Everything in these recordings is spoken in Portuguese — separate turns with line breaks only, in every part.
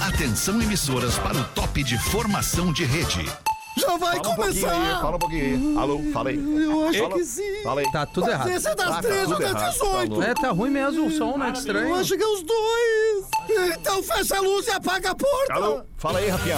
Atenção emissoras para o top de formação de rede.
Já vai
Fala um pouquinho
começar!
aí, fala um pouquinho aí. Alô, fala aí.
Hum. Eu acho
Fala-
que sim.
Fala aí.
Tá tudo errado.
Esse é das
Ah, tá
três ou
tudo
das
errado, tá
18?
louco.
É, tá ruim mesmo o som, né? Estranho.
Eu acho que é os dois. Então fecha a luz e apaga a porta.
Alô, fala aí, Rafinha.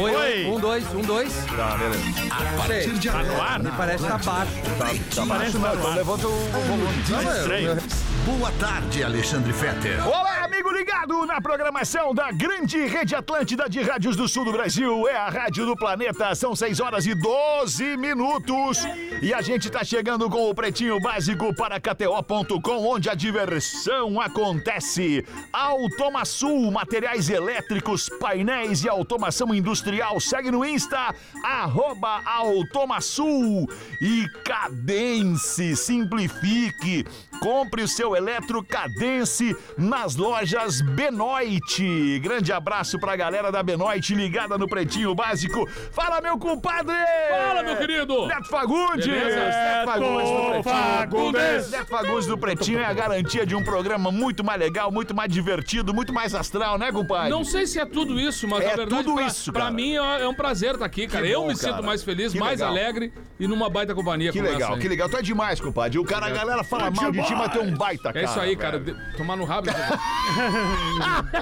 Oi,
Oi.
Um, dois, um, dois.
Tá, beleza.
A partir de agora,
né?
Me parece que tá baixo.
Tá, tá baixo,
Parece
mas
barulho.
levanta o volume.
Estranho.
boa tarde, Alexandre Fetter.
Olá, amigo ligado na programação da grande rede Atlântida de rádios do sul do Brasil. É a rádio do planeta. São 6 horas e 12 minutos. E a gente tá chegando com o Pretinho Básico para KTO.com, onde a diversão acontece. Automaçul, materiais elétricos, painéis e automação industrial. Segue no Insta, arroba Automaçul. E cadence, simplifique. Compre o seu eletrocadense nas lojas Benoite. Grande abraço pra galera da Benoite ligada no Pretinho Básico. Fala, meu compadre!
Fala, meu querido!
Neto Fagundes!
Beleza?
Neto Fagundes do Pretinho.
Fagundes!
Neto Fagundes do Pretinho é a garantia de um programa muito mais legal, muito mais divertido, muito mais astral, né, compadre?
Não sei se é tudo isso, mas
É
na verdade,
tudo
pra,
isso,
pra
cara.
mim é é um prazer estar aqui, cara.
Que
eu
bom,
me
cara.
sinto mais feliz,
Que
mais
legal.
alegre e numa baita companhia
Que
como essa
legal,
aí.
que legal. Tu é demais, compadre. O cara, a galera fala mal de ti, mas tu é um baita,
É
cara.
isso aí, cara.
velho.
De- Tomar no rabo. cara.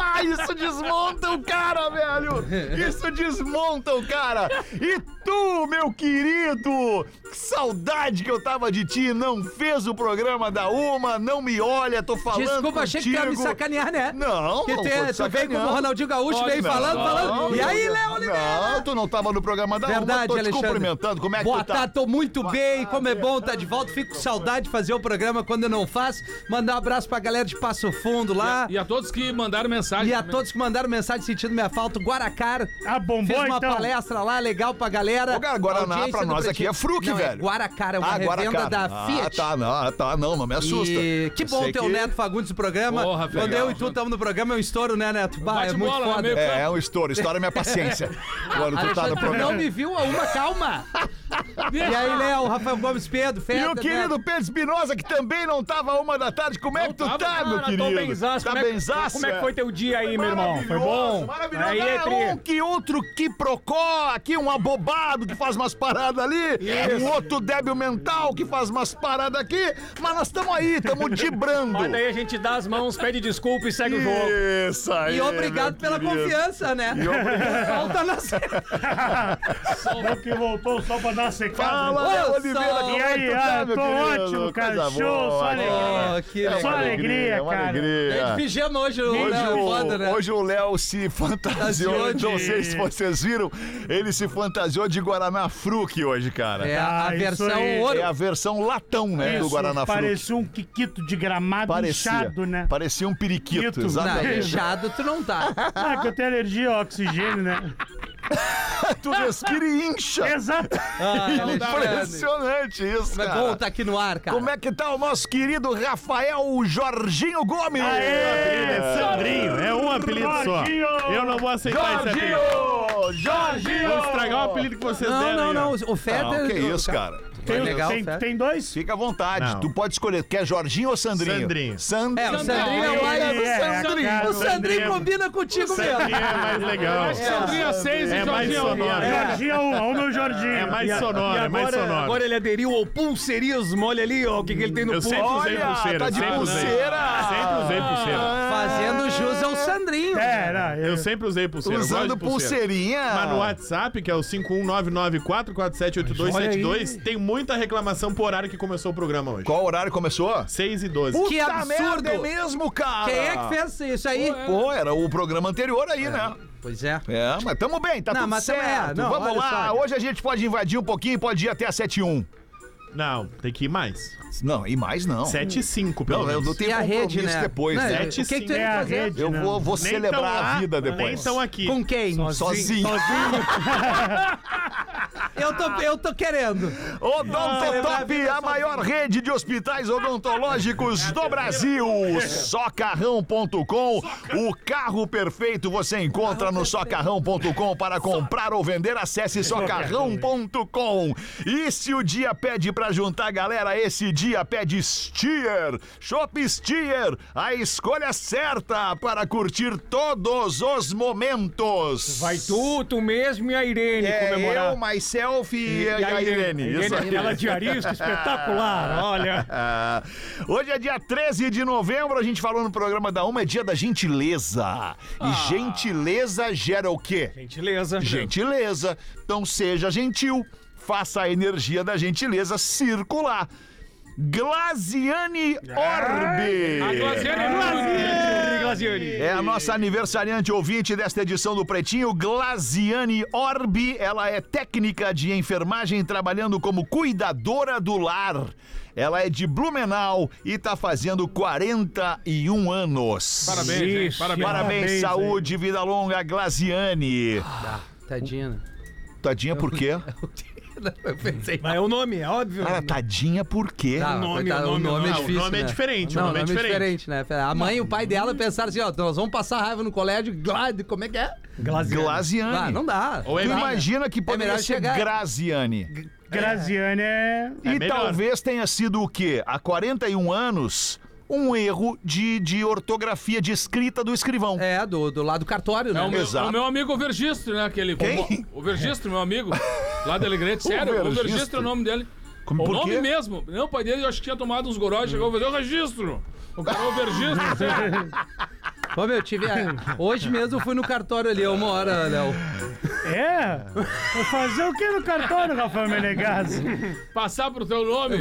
Ah, isso desmonta o cara, velho! Isso desmonta o cara! E tu, meu querido! Que saudade que eu tava de ti! Não fez o programa da Uma, não me olha, tô falando
Desculpa, achei que tu ia me
contigo.
sacanear, né?
Não,
Porque
não tô
tu,
te
é- tu veio
sacaneando.
como o Ronaldinho Gaúcho,
Pode
veio
não,
falando, falando. E aí,
não,
Léo Oliveira?
Não, tu não tava no programa da Uma,
Verdade,
tô te
Alexandre.
cumprimentando. Como é que
Boa
tu tá?
tarde, tô muito bem. Como é bom tá de volta. Fico com saudade de fazer o programa quando eu não faço. Mandar um abraço pra galera de Passo Fundo lá.
E a todos que mandaram mensagem.
E a
também.
todos que mandaram mensagem sentindo minha falta, o Guaracar.
Ah, bombou,
Fiz uma
então.
palestra lá, legal pra galera.
Ô, cara, Guaraná
Audiência
pra
do
nós
Pretinho.
aqui é Fruc,
Não,
velho.
É Guaracar, é uma
Ah,
revenda
Guaracara.
da Fiat.
Ah, tá, não, ah, tá, não, não me assusta.
E que bom
Sei
ter o Neto Fagundes no programa.
Porra,
Quando
legal,
eu e tu
junto.
estamos no programa, é um estouro, né, Neto? Bah,
Bate
é muito
bola, né,
foda.
meio
É, é um estouro, estoura minha paciência. Quando tu tá
Alexandre,
no
tu
programa.
não me viu a uma, calma. e aí, Léo, Rafael Gomes Pedro,
E
Feta,
né?
o querido
Neto.
Pedro Espinosa, que também não tava uma da tarde. Como é que tu
tava,
tá,
cara,
meu
tô
querido?
benzaço.
Tá
como, é,
benzaço?
como é que foi teu dia aí, meu irmão?
Maravilhoso,
Foi bom?
Maravilhoso.
Aí,
Ah, um
Etri.
que outro que procó, aqui um abobado que faz umas paradas ali, um outro débil mental que faz umas paradas aqui, mas nós estamos aí, estamos dibrando.
Mas daí a gente dá as mãos, pede desculpa e segue o jogo.
Isso aí,
E obrigado
meu
pela
querido.
confiança, né? Solta na cena.
Bom que voltou só pra dar uma secada.
Fala,
Olha
Léo Oliveira,
só.
como
E
é que
aí,
tu tá,
ah,
meu
tô
querido?
ótimo, cara.
Coisa
Show,
boa,
só alegria.
Oh, que
É uma
Só
legal.
alegria,
é uma
cara.
alegria.
Fizemos hoje o
Hoje,
Léo, é
o,
foda, né?
hoje o Léo se fantasiou,
Fantasiou de-
não sei se vocês viram, ele se fantasiou de Guaraná Fruc hoje, cara.
É
É,
a, a
Ah, isso
versão
aí.
ouro.
a versão latão, né, do
Isso,
Guaraná Fruc.
Parecia um quiquito de gramado
Parecia,
inchado, né?
parecia um periquito,
Quito.
Não,
exatamente.
inchado tu não tá.
Ah, que eu tenho alergia ao oxigênio, né?
tu respira e incha.
Exato.
Ah, Alexandre.
Impressionante isso,
Mas bom
cara.
tá aqui no ar, cara.
Como é que tá o nosso querido Rafael Jorginho Gomes?
É Sandrinho, é um apelido só. Eu não vou
É
aceitar esse apelido.
Jorginho! Jorginho!
Vou estragar o apelido que vocês
Não,
deram.
não,
aí,
não.
ó.
O Feta.
Não, que isso, cara.
Foi
Tem,
legal,
tem,
Feta.
tem dois?
Fica à vontade.
Não.
Tu pode escolher. Quer Jorginho ou Sandrinho?
Sandrinho.
Sandrinho.
É, o Sandrinho é o mais.
É, é,
o Sandrinho,
cara,
o
o
Sandrinho
Sandrinho.
combina contigo
Sandrinho
mesmo.
é mais legal.
Sandrinha 6 e
É mais
Jorginho
sonoro.
Almeida.
Jorginho é um, é o meu Jorginho.
É mais
E a-
sonoro, é mais
agora,
sonoro.
agora ele aderiu ao pulseirismo, olha ali, ó, o que, que ele tem
é
no
Eu
É,
sempre
pulso.
usei
Olha,
pulseira.
tá de
sempre usei.
pulseira.
Sempre usei pulseira.
Fazendo jus ao Sandrinho.
É, não, eu,
Eu sempre usei pulseira. eu gosto
Usando
de pulseira.
pulseirinha.
Mas no WhatsApp, que é o 51994478272, tem muita reclamação por horário que começou o programa hoje.
Qual horário começou?
6 e 12.
Que
Puta
absurdo.
merda, é mesmo, cara.
Quem é que fez isso aí?
Pô, era o programa anterior aí, né?
Pois é.
É, mas tamo bem, tá
Não,
tudo
mas tamo- é,
certo.
não,
Vamos
olha
lá,
só.
hoje a gente pode invadir um pouquinho, pode ir até a 7-1.
Não, tem que ir mais.
Não, e mais não.
7 e um. 5, pelo
Não, eu
menos.
não tenho
E a
compromisso
rede, né?
depois,
Não,
né?
O que, que tu
é
ia
a
fazer?
rede.
Eu
né?
vou, vou
um. Nem
celebrar
tão lá,
a vida depois.
Nem estão aqui.
Com quem?
Sozinho.
Eu Eu tô, eu tô querendo.
Ah, Odontotop, a maior rede de hospitais odontológicos do Brasil. Socarrão.com, o carro perfeito você encontra no socarrão.com para comprar ou vender, acesse socarrão.com. E se o dia pede para juntar galera, esse dia pede Steer. Shop Steer, a escolha certa para curtir todos os momentos.
Vai tu, tu mesmo e a Irene
É,
comemorar.
eu, myself e,
E
a Irene. Isso aí.
Irene, aquela
é
diarista espetacular, olha.
Ah, Hoje é dia 13 de novembro, a gente falou no programa da Uma, é dia da gentileza.
Ah.
E gentileza gera o quê?
Gentileza.
Gentileza. Então seja gentil, faça a energia da gentileza circular. Glaziane
A
Orbe.
Glaziane é muito
Glaziani.
É a nossa aniversariante ouvinte desta edição do Pretinho, Glaziane Orbe. Ela é técnica de enfermagem trabalhando como cuidadora do lar. Ela é de Blumenau e tá fazendo 41 anos.
Parabéns, hein?
Ixi,
Parabéns.
Parabéns, saúde, vida longa, Glaziane.
Tadinha.
Tadinha por quê?
Eu pensei.
Mas é o nome, é óbvio.
Cara, tadinha por quê?
Tá,
nome,
coitado,
o nome,
o nome é
não, o
difícil.
nome é
né?
diferente, o
Não,
nome é diferente.
né? A mãe e o pai dela pensaram assim: ó, nós vamos passar raiva no colégio. Glad, como é que é?
Glaziane.
Ah, não dá.
Ou é
Tu
minha?
imagina que poderia
melhor
ser
chegar-
Graziane.
Graziane é.
E
melhor.
talvez tenha sido o quê? Há 41 anos, um erro de, de ortografia de escrita do escrivão.
É, do, do lado do cartório, né?
É o, meu,
Exato.
é o meu amigo Overgistro, né? Aquele,
Quem?
O Overgistro, meu amigo. Lá da Alegrete, sério.
Overgistro.
Overgistro. é o nome dele.
Como-
o
por
nome
quê?
mesmo. Não, o pai dele eu acho que tinha tomado uns goró e chegou e falou, registro. O cara é Overgistro, sério.
Ô, meu, tive. Hoje mesmo eu fui no cartório ali, uma hora, Léo.
É? Vou fazer o que no cartório, Rafael Menegas?
Passar pro teu nome.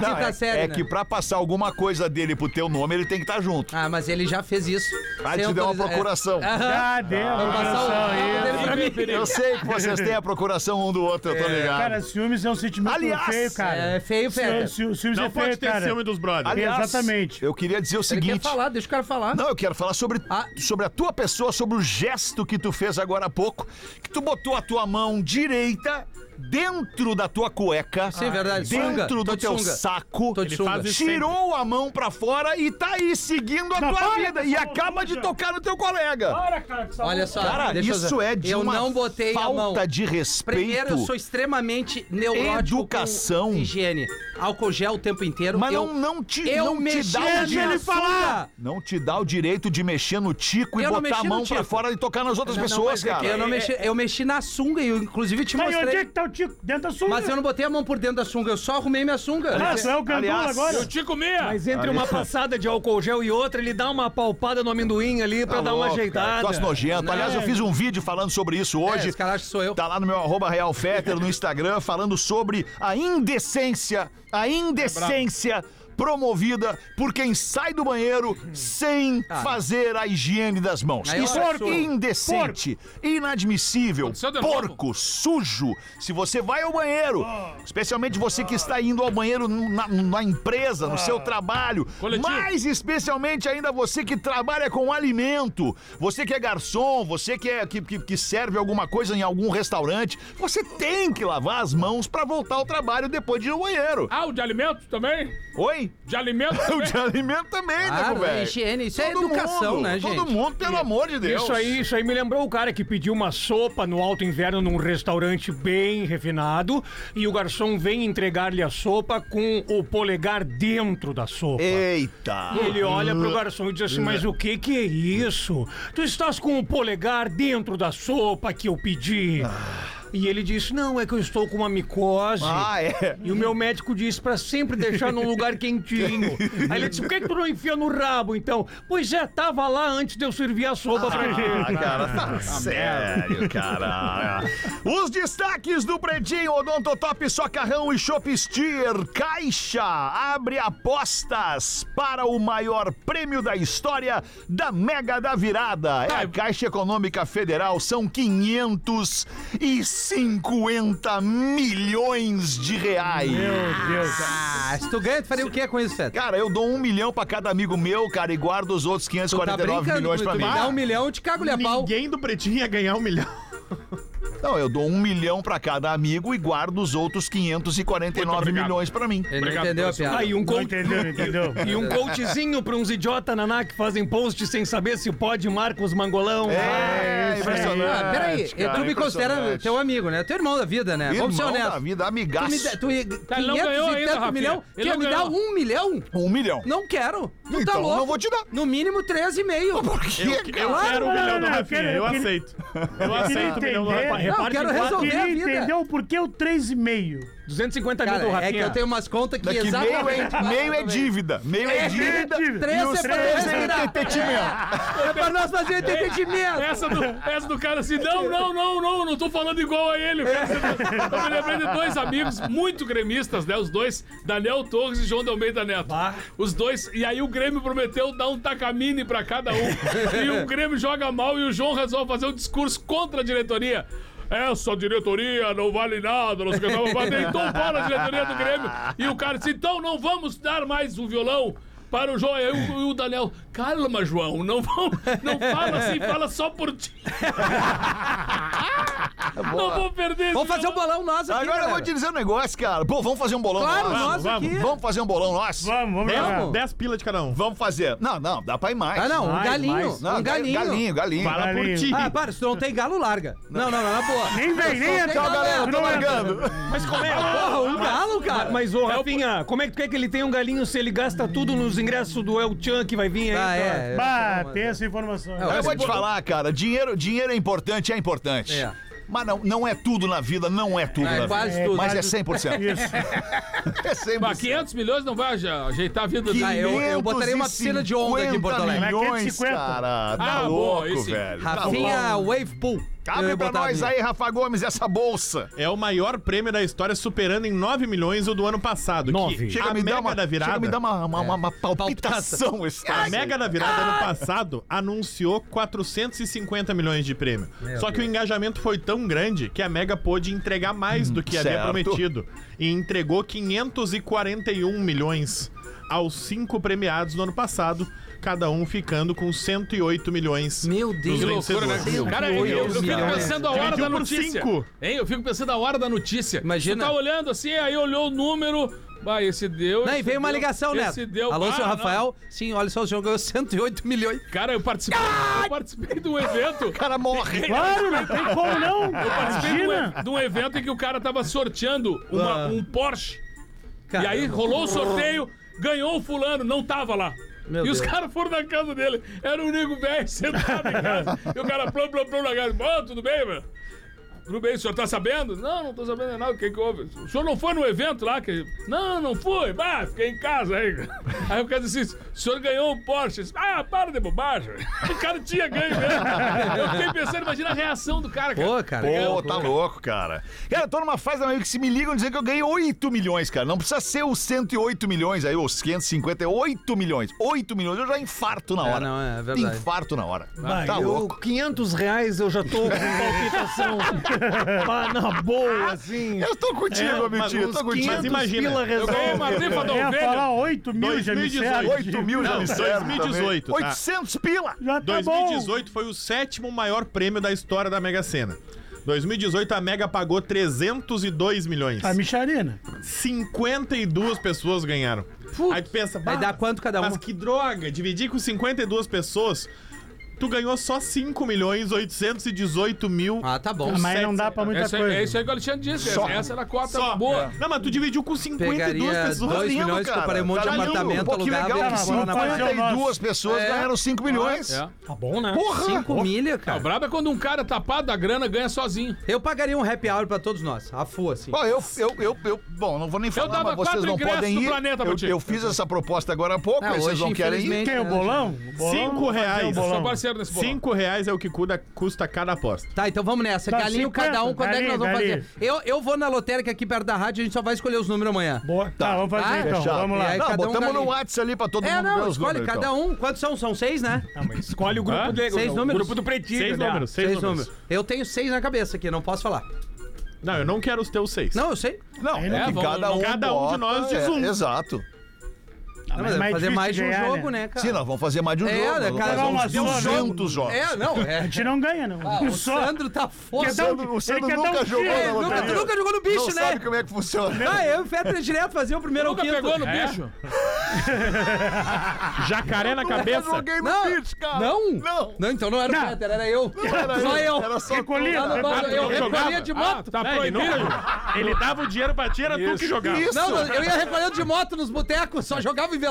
Não,
Quinta
é,
série,
é
né?
que pra passar alguma coisa dele pro teu nome, ele tem que estar junto.
Ah, mas ele já fez isso.
Ah,
Sem
te deu uma
autoriza- é.
procuração.
Aham.
Cadê a
Ah,
Vou passar o
procuração
rabo
aí?
dele pra mim.
Eu sei que vocês têm a procuração um do outro, eu tô ligado.
Cara, ciúmes é um sentimento
Aliás,
feio, cara.
É feio,
Ciú-
Feta.
ciú- Ciúmes é
Não pode
feio,
ter
cara.
ciúme dos brothers.
Aliás,
exatamente.
eu queria dizer o
Ele
seguinte.
quer falar, deixa o cara falar.
Não, eu quero falar sobre,
Ah.
sobre a tua pessoa, sobre o gesto que tu fez agora há pouco, que tu botou a tua mão direita dentro da tua cueca,
Ah, Sim, verdade, sunga.
dentro
Tô
do
de
teu
sunga.
saco,
Tô de
Ele
sunga.
faz isso tirou a mão pra fora e tá aí seguindo a
Não,
tua
para
vida
com
e
essa
acaba de
loucura.
tocar no teu colega.
Para, cara, que
Olha só,
Cara,
Ah, deixa eu-
isso é de
eu
uma
não botei
falta
a mão.
de respeito.
Primeiro, eu sou extremamente neurótico.
Educação.
Com higiene. Álcool gel o tempo inteiro.
Mas
eu,
não, não te,
eu
não te
mexi
dá
na
o
minha
direito.
sunga.
Não te dá o direito de mexer no tico e
Eu não
botar a
mexi no
mão pra
tico.
fora e tocar nas outras
Não, não,
pessoas,
mas é que
cara.
Eu, não mexi, eu mexi na sunga e eu, inclusive, te
Tá, e onde é
mostrei.
que tá o Tico? Dentro da sua.
Mas eu não botei a mão por dentro da sunga, eu só arrumei minha sunga.
Ah, tu é o Gandula
Aliás,
agora?
Eu te comia.
Mas entre
é
uma passada de álcool gel e outra, ele dá uma palpada no amendoim ali pra
Tá
dar uma
louco, cara.
ajeitada.
Troço nojento. Aliás, eu fiz um vídeo falando sobre isso
É,
hoje.
os caras acham que sou eu.
Tá lá no meu arroba Real Fetter, no Instagram, falando sobre a indecência, a indecência promovida por quem sai do banheiro sem fazer a higiene das mãos.
Aí eu
Isso
acho.
é indecente, inadmissível,
Aconteceu de novo.
porco, sujo. Se você vai ao banheiro, especialmente você que está indo ao banheiro na, na empresa, no seu trabalho,
Coletivo.
mais especialmente ainda você que trabalha com alimento, você que é garçom, você que, é, que, que- que serve alguma coisa em algum restaurante, você tem que lavar as mãos pra voltar ao trabalho depois de ir ao banheiro.
Ah, o de alimento também?
Oi?
De alimento
O
também?
de alimento também,
Claro,
né, velho?
higiene, isso é educação,
mundo,
né, gente?
Todo mundo, pelo amor de Deus.
Isso aí, isso aí me lembrou o cara que pediu uma sopa no alto inverno num restaurante bem refinado e o garçom vem entregar-lhe a sopa com o polegar dentro da sopa.
Eita.
E Ele olha pro garçom e diz assim: Mas o que que é isso? Tu estás com o polegar dentro da sopa que eu pedi. E ele diz: Não, é que eu estou com uma micose.
Ah, é.
E o meu médico disse pra sempre deixar num lugar quentinho. Aí ele disse: Por que, que tu não enfia no rabo então? Pois é, tava lá antes de eu servir a sopa pra
Ah,
gente.
cara, tá sério, cara. Os destaques do Pretinho, Odontotop, Socarrão e Shop Steer. Caixa abre apostas para o maior prêmio da história da Mega da Virada. É a Caixa Econômica Federal, são 550 milhões de reais.
Meu Deus, cara.
Ah, se tu ganha, tu faria o que com isso, Feta?
Cara, eu dou um milhão pra cada amigo meu, cara, e guardo os outros
Tu tá
549
brincando,
milhões
tu
pra
me
mim.
Tá
dá um milhão, eu te cago-lhe a pau.
Ninguém do Pretinho ia ganhar um milhão.
Não, eu dou um milhão pra cada amigo e guardo os outros 549 milhões pra mim.
Ele não
Obrigado,
entendeu a
professor.
piada.
Aí um
Não
coach.
entendeu, não entendeu?
E um coachzinho pra uns idiota naná que fazem post sem saber se pode Marcos Mangolão.
É, impressionante.
Ah, peraí,
cara,
tu me considera
impressionante.
teu amigo, né? Teu irmão da vida, né?
Irmão
Vamos ser
da
honestos.
vida,
Tu me
amigaço.
dá- tu, ia-
Tá, ele não ganhou
500 e
ainda,
tanto
Rafinha.
milhão?
Ele
Quer
não
me dar
ganhou.
um milhão?
Um milhão.
Não quero. Tu tá
então,
louco.
não vou te dar.
No mínimo 13,5.
Por quê, cara?
Eu quero o
Ah, não,
um milhão do
não, eu
Rafinha,
quero-
eu
eu queria-
aceito. Eu aceito o milhão do
entender.
Rafinha.
Não, eu
Repare
quero
que
resolver a
Queria
vida.
entender o porquê o 3,5.
250 mil
Cara,
do
é
Rafinha.
que eu tenho umas contas que
Daqui meio é,
exatamente...
meio é dívida. Meio é dívida.
Três
E os
é pra
três é
respirar.
entretenimento.
É pra nós fazer entendimento.
Essa do, essa do cara assim, não, não, não, não, não tô falando igual a ele. cara. Eu me lembrei de dois amigos muito gremistas, né? Os dois, Daniel Torres e João de Almeida Neto. Os dois, e aí o Grêmio prometeu dar um tacamine pra cada um. e o Grêmio joga mal e o João resolve fazer um discurso contra a diretoria. Essa diretoria não vale nada, não sei o que, mas deitou fora a diretoria do Grêmio. E o cara disse, então não vamos dar mais o violão para o João e o, e o Daniel. Calma, João, não, vão, não fala assim, fala só por ti. não vou perder
Vamos fazer um
o
bolão nós aqui,
Agora eu vou
galera.
te dizer um negócio, cara. Pô, vamos fazer um bolão
Claro,
nosso.
nós
vamos,
aqui.
Vamos fazer um bolão nosso?
Vamos, vamos lá.
Vamos.
10 É pila de cada um.
Vamos fazer. Não, não, dá pra ir mais.
Ah, não, um
Mais,
galinho.
mais.
Não,
Um
ga-
galinho.
Galinho, galinho.
Fala por
Galinho.
ti.
Ah, para, se tu não tem galo, larga. Não, não, não, na boa.
Nem vem, nem
Só tem
entra.
Tchau,
galo,
galera.
é,
Tô
não é.
largando.
Mas como é?
Porra, um galo, cara.
Mas, ô, Rafinha, como é que tu quer que ele tenha um galinho se ele gasta tudo nos ingressos do El Chan que vai vir aí?
Ah,
pra-
é.
Bah, tem essa informação.
É,
Eu vou te falar, cara, dinheiro, dinheiro é importante, é importante.
É.
Mas não, não é tudo na vida, não é tudo
É,
na
quase
vida.
tudo.
Mas é
Quase-
100%.
Isso.
É 100%.
500 milhões não vai aje- ajeitar a vida dele.
Ah, eu- eu botaria uma piscina de onda aqui em Porto Alegre.
é
Milhões,
550.
cara. Tá
Ah, boa,
louco,
esse-
velho. Tá louco.
Rafinha Wave Pool. Eu assim.
Abre
ia
pra
botar
nós
ali.
aí, Rafa Gomes, essa bolsa.
É o maior prêmio da história, superando em 9 milhões o do ano passado.
Nove.
Que
Chega
a,
a Ah, me
mega
dar uma,
da virada,
chega a me dar uma, uma, uma- uma palpitação
É. Palpitação.
esse
a
troço aí.
mega da virada ano passado anunciou 450 milhões de prêmio. Só que o engajamento foi tão grande que a mega pôde entregar mais do que havia
certo.
prometido. E entregou 541 milhões aos cinco premiados no ano passado, cada um ficando com 108 milhões.
Meu Deus.
dos
Que loucura, né?
vencedores.
Cara,
é
eu, eu fico
Milhões.
pensando a hora
Dividiu
da
por
notícia.
cinco.
Hein? Eu fico pensando a hora da notícia.
Imagina.
Tu tá olhando assim, aí olhou o número. Vai, esse deu.
Não,
esse
e veio uma
deu,
ligação, Neto.
Esse deu.
Alô, seu
Ah, não.
Rafael. Sim, olha só, o senhor ganhou 108 milhões.
Cara, eu participei, eu participei de um evento.
O cara morre.
Claro, não tem como não.
participei de um e-
Imagina.
de um evento em que o cara tava sorteando
Ah.
uma- um Porsche. E aí rolou o sorteio, ganhou o fulano, não tava lá.
Meu
e os
Deus.
caras foram na casa dele. Era o Nico velho sentado em casa. e o cara plom, plom, plom na casa. Bom, tudo bem, velho? Tudo bem, o senhor tá sabendo? Não, não tô sabendo de nada. O que que houve? O senhor não foi no evento lá? Que... Não, não fui. Bah, fiquei em casa aí. Aí o cara disse assim, o senhor ganhou um Porsche. Eu disse, Ah, para de bobagem. O cara tinha ganho mesmo. Eu fiquei pensando, imagina a reação do cara, cara.
Pô, cara.
Pô, tá louco, cara. Cara, eu tô numa fase da minha vida que se me ligam dizer que eu ganhei 8 milhões, cara. Não precisa ser os 108 milhões aí, os 558 é milhões. 8 milhões, eu já infarto na hora.
não, é verdade.
Infarto na hora.
Vai,
tá
eu,
louco.
500 reais eu já tô com palpitação. Pá, na boa, assim.
Eu tô contigo, meu tio, eu tô
É, Mas
contigo.
500
imagina,
pila
Eu
resolve.
ganhei uma rifa da
Eu ia
ovelha.
falar 8 mil, já me
2018.
serve.
8 mil já
Não,
me serve
2018,
também.
tá.
800 pila.
Já tá bom.
2018 foi o sétimo maior prêmio da história da Mega Sena. 2018 a Mega pagou 302 milhões.
A Tá, Micharina.
52 pessoas ganharam. Aí tu pensa,
Vai
"Bah,
dar quanto cada um?
Mas que droga, dividir com 52 pessoas, tu ganhou só 5 milhões 818 mil.
Ah, tá bom.
Mas não dá pra muita
Essa,
coisa.
é isso aí que o Alexandre disse.
Só.
Essa era a cota
Só. É.
boa.
Não, mas tu dividiu com 52
tá Pegaria
pessoas.
dois
Lindo,
milhões,
cara.
comprei um monte de
lindo.
apartamento,
Pô, que
alugava,
legal que
ia morar na
praia.
52 pessoas
É.
ganharam 5 milhões.
É.
Tá bom, né?
Porra!
5 milha,
Ah, O
cara.
brabo é quando um cara tapado da grana ganha sozinho.
Eu pagaria um happy hour pra todos nós. A FU, assim.
Bom, eu, eu, eu, eu- bom, não vou nem falar,
dava
mas vocês
quatro
não
ingressos
podem
do
ir.
planeta pra
eu,
ti.
eu fiz essa proposta agora há pouco,
Ah,
aí vocês não querem ir.
infelizmente,
Tem é o
né,
bolão? O bolão,
um
5
vamos fazer
reais.
o
Sou
bolão.
parceiro nesse bolão.
5 reais é o que cuda- custa cada aposta.
Tá, então vamos nessa.
Tá,
galinho
50,
cada um, quando é que nós vamos
galinho,
fazer? Eu, eu vou na lotérica aqui perto da rádio, a gente só vai escolher os números amanhã.
Boa. Tá, vamos fazer
Tá,
então.
Fechado.
Vamos
E
lá.
aí,
Não,
cada um
botamos no
galinho.
WhatsApp ali pra todo
É,
mundo ver
não,
os
escolhe
números.
cada
então. Ah,
um. Quantos são? São seis, né?
Escolhe o grupo
Hã?
dele.
Seis
o
números.
grupo do pretinho.
Seis
né?
números, seis,
Seis
números.
números. Eu tenho seis na cabeça aqui, não posso falar.
Não, eu não quero os teus seis.
Não, eu sei.
Não, é,
não
que
tem-
cada um.
cada um de
bota,
nós diz
é,
um.
Exato.
Não, mas
é
vai
mais
fazer
difícil
mais de um
ganhar,
jogo,
né?
né, cara?
Sim, nós vamos fazer mais de um
É,
jogo.
né,
nós
cara,
vamos
vamos
fazer
lá,
uns
vamos lá.
200 jogos.
É, não, é.
A gente não ganha, não.
Ah, o
Só.
Sandro tá foda.
Quer dar um-
O Sandro
ele quer dar
nunca
um
jogou
tiro.
na
Ele
loteria.
nunca, tu nunca jogou no bicho,
Não
né?
sabe como é que funciona.
Ah, eu e o Fetter direto fazia o primeiro ao
Nunca
quinto. É.
pegou no bicho?
Jacaré na
Eu
cabeça.
joguei no
Não,
bicho, cara.
não,
Não.
não, então não era o
Não.
Fetter, era eu.
Era
Só eu.
Era só Tá
Recolhido.
Lá Tá no bar, eu recolhia de moto.
Tá proibido. Ele dava o dinheiro pra ti, era tu que jogava.
Isso.
Não, eu ia recolhendo de moto nos botecos, só jogava envelope.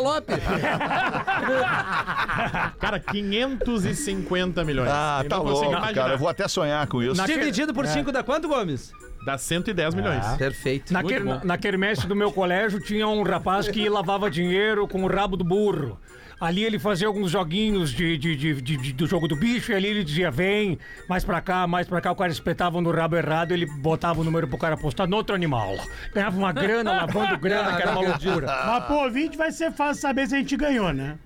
Cara, 550 milhões.
Ah,
Eu
tá
não consigo
louco,
imaginar.
cara. Eu vou até sonhar com
Tá
isso.
Dividido por 5 dá quanto, Gomes?
Dá 110 milhões.
Ah. Perfeito.
Na, quer, na quermesse do meu colégio tinha um rapaz que lavava dinheiro com o rabo do burro. Ali ele fazia alguns joguinhos de, de- de- de- de- do jogo do bicho e ali ele dizia vem, mais pra cá, mais pra cá. O cara espetava no rabo errado, ele botava o número pro cara apostar no outro animal. Ganhava uma grana, lavando grana, que era uma loucura.
Mas pro ouvinte vai ser fácil saber se a gente ganhou, né?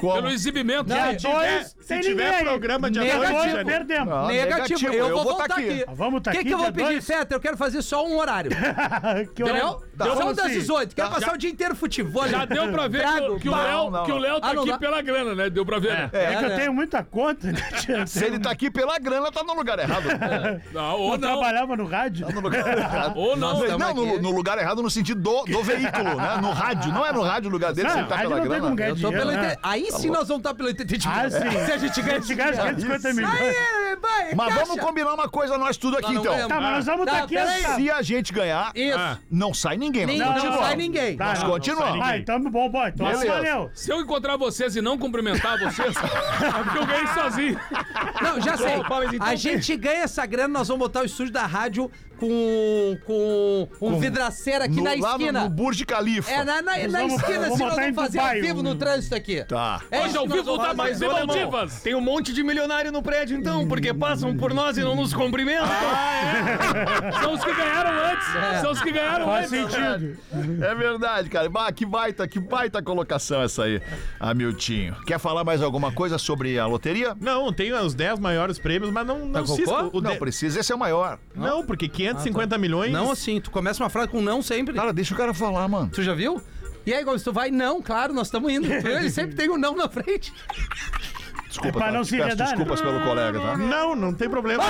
Pelo exibimento.
Não, é
Dia dois,
Se
sem
tiver
ninguém.
programa de
Negativo.
noite,
Hoje
Janine.
perdemos.
Ah,
Negativo. eu, vou
tá
voltar aqui.
Ah, vamos tá
O que,
aqui,
que eu vou
dia
pedir,
dois?
Fetter? Eu quero fazer só um horário.
Ah, que
Entendeu? São
Então,
das
assim,
18. Quero passar o dia inteiro futebol.
Já deu pra ver
trago,
que, o- que o
bar.
Léo,
não,
que o Léo tá
Ah, não
aqui
dá.
pela grana, né? Deu pra ver, né?
É que
né?
eu tenho muita conta, né? tia?
Se ele tá aqui pela grana, tá no lugar errado.
Não, ou
Eu
não.
trabalhava no rádio.
Tá no lugar errado.
Ou não.
Nossa,
Não, no,
aqui.
no lugar errado no sentido do, do veículo, né? No rádio. Não é no rádio o lugar dele,
Não,
se ele tá
rádio
pela
não tem
grana.
como ganhar
Eu tô pelo
dinheiro. né?
inte- Aí sim nós vamos estar pelo entendimento.
Ah, sim.
Se a gente ganha esse
Esse cara
dinheiro.
ganha 50 milhões.
Aí, vai,
Mas
caixa.
vamos combinar uma coisa nós tudo aqui,
não
então.
ganhamos.
Tá, mas nós vamos
Tá,
estar aqui
peraí.
às
Se a gente ganhar,
Isso.
não sai ninguém. né?
Nem-
nós
não
continuamos.
sai ninguém.
Ah, Tá,
Nós
não, não
continuamos.
Ah, então bom, bom. Então
Beleza.
valeu.
Se eu encontrar vocês e não cumprimentar vocês, é porque eu ganhei sozinho.
Não, já sei.
então,
A gente ganha essa grana, nós vamos botar o estúdio da rádio com, com um vidraceiro aqui
No-
na
lá no, no
esquina.
Burj Khalifa.
É, na, na, na
vamos-
esquina,
vamos
assim, nós
botar
vamos
em
fazer
Dubai
ao vivo
um-
no trânsito aqui.
Tá.
É
Hoje
isso
ao
que nós
vivo
vamos
tá
fazer.
mais de Maldivas.
Tem um monte de milionário no prédio então, porque passam por nós e não nos cumprimentam.
São os que ganharam antes.
É.
São os que ganharam
Faz
antes.
sentido.
É verdade, cara. Bah, que baita, que baita colocação essa aí, Hamiltinho. Quer falar mais alguma coisa sobre a loteria?
Não, tem os 10 maiores prêmios, mas não, não
com
se
Tá cocô?
esco- o
não
de-
precisa, esse é o maior.
Não, porque 550 milhões.
Não assim, tu começa uma frase com não sempre.
Cara, deixa o cara falar, mano.
Tu já viu? E aí, Gomes, tu vai? Não, claro, nós estamos indo. Ele sempre tem um não na frente.
Desculpa,
pra
tá?
não
Te
se
peço
enredar, né?
desculpas pelo colega, tá?
Não, não tem problema.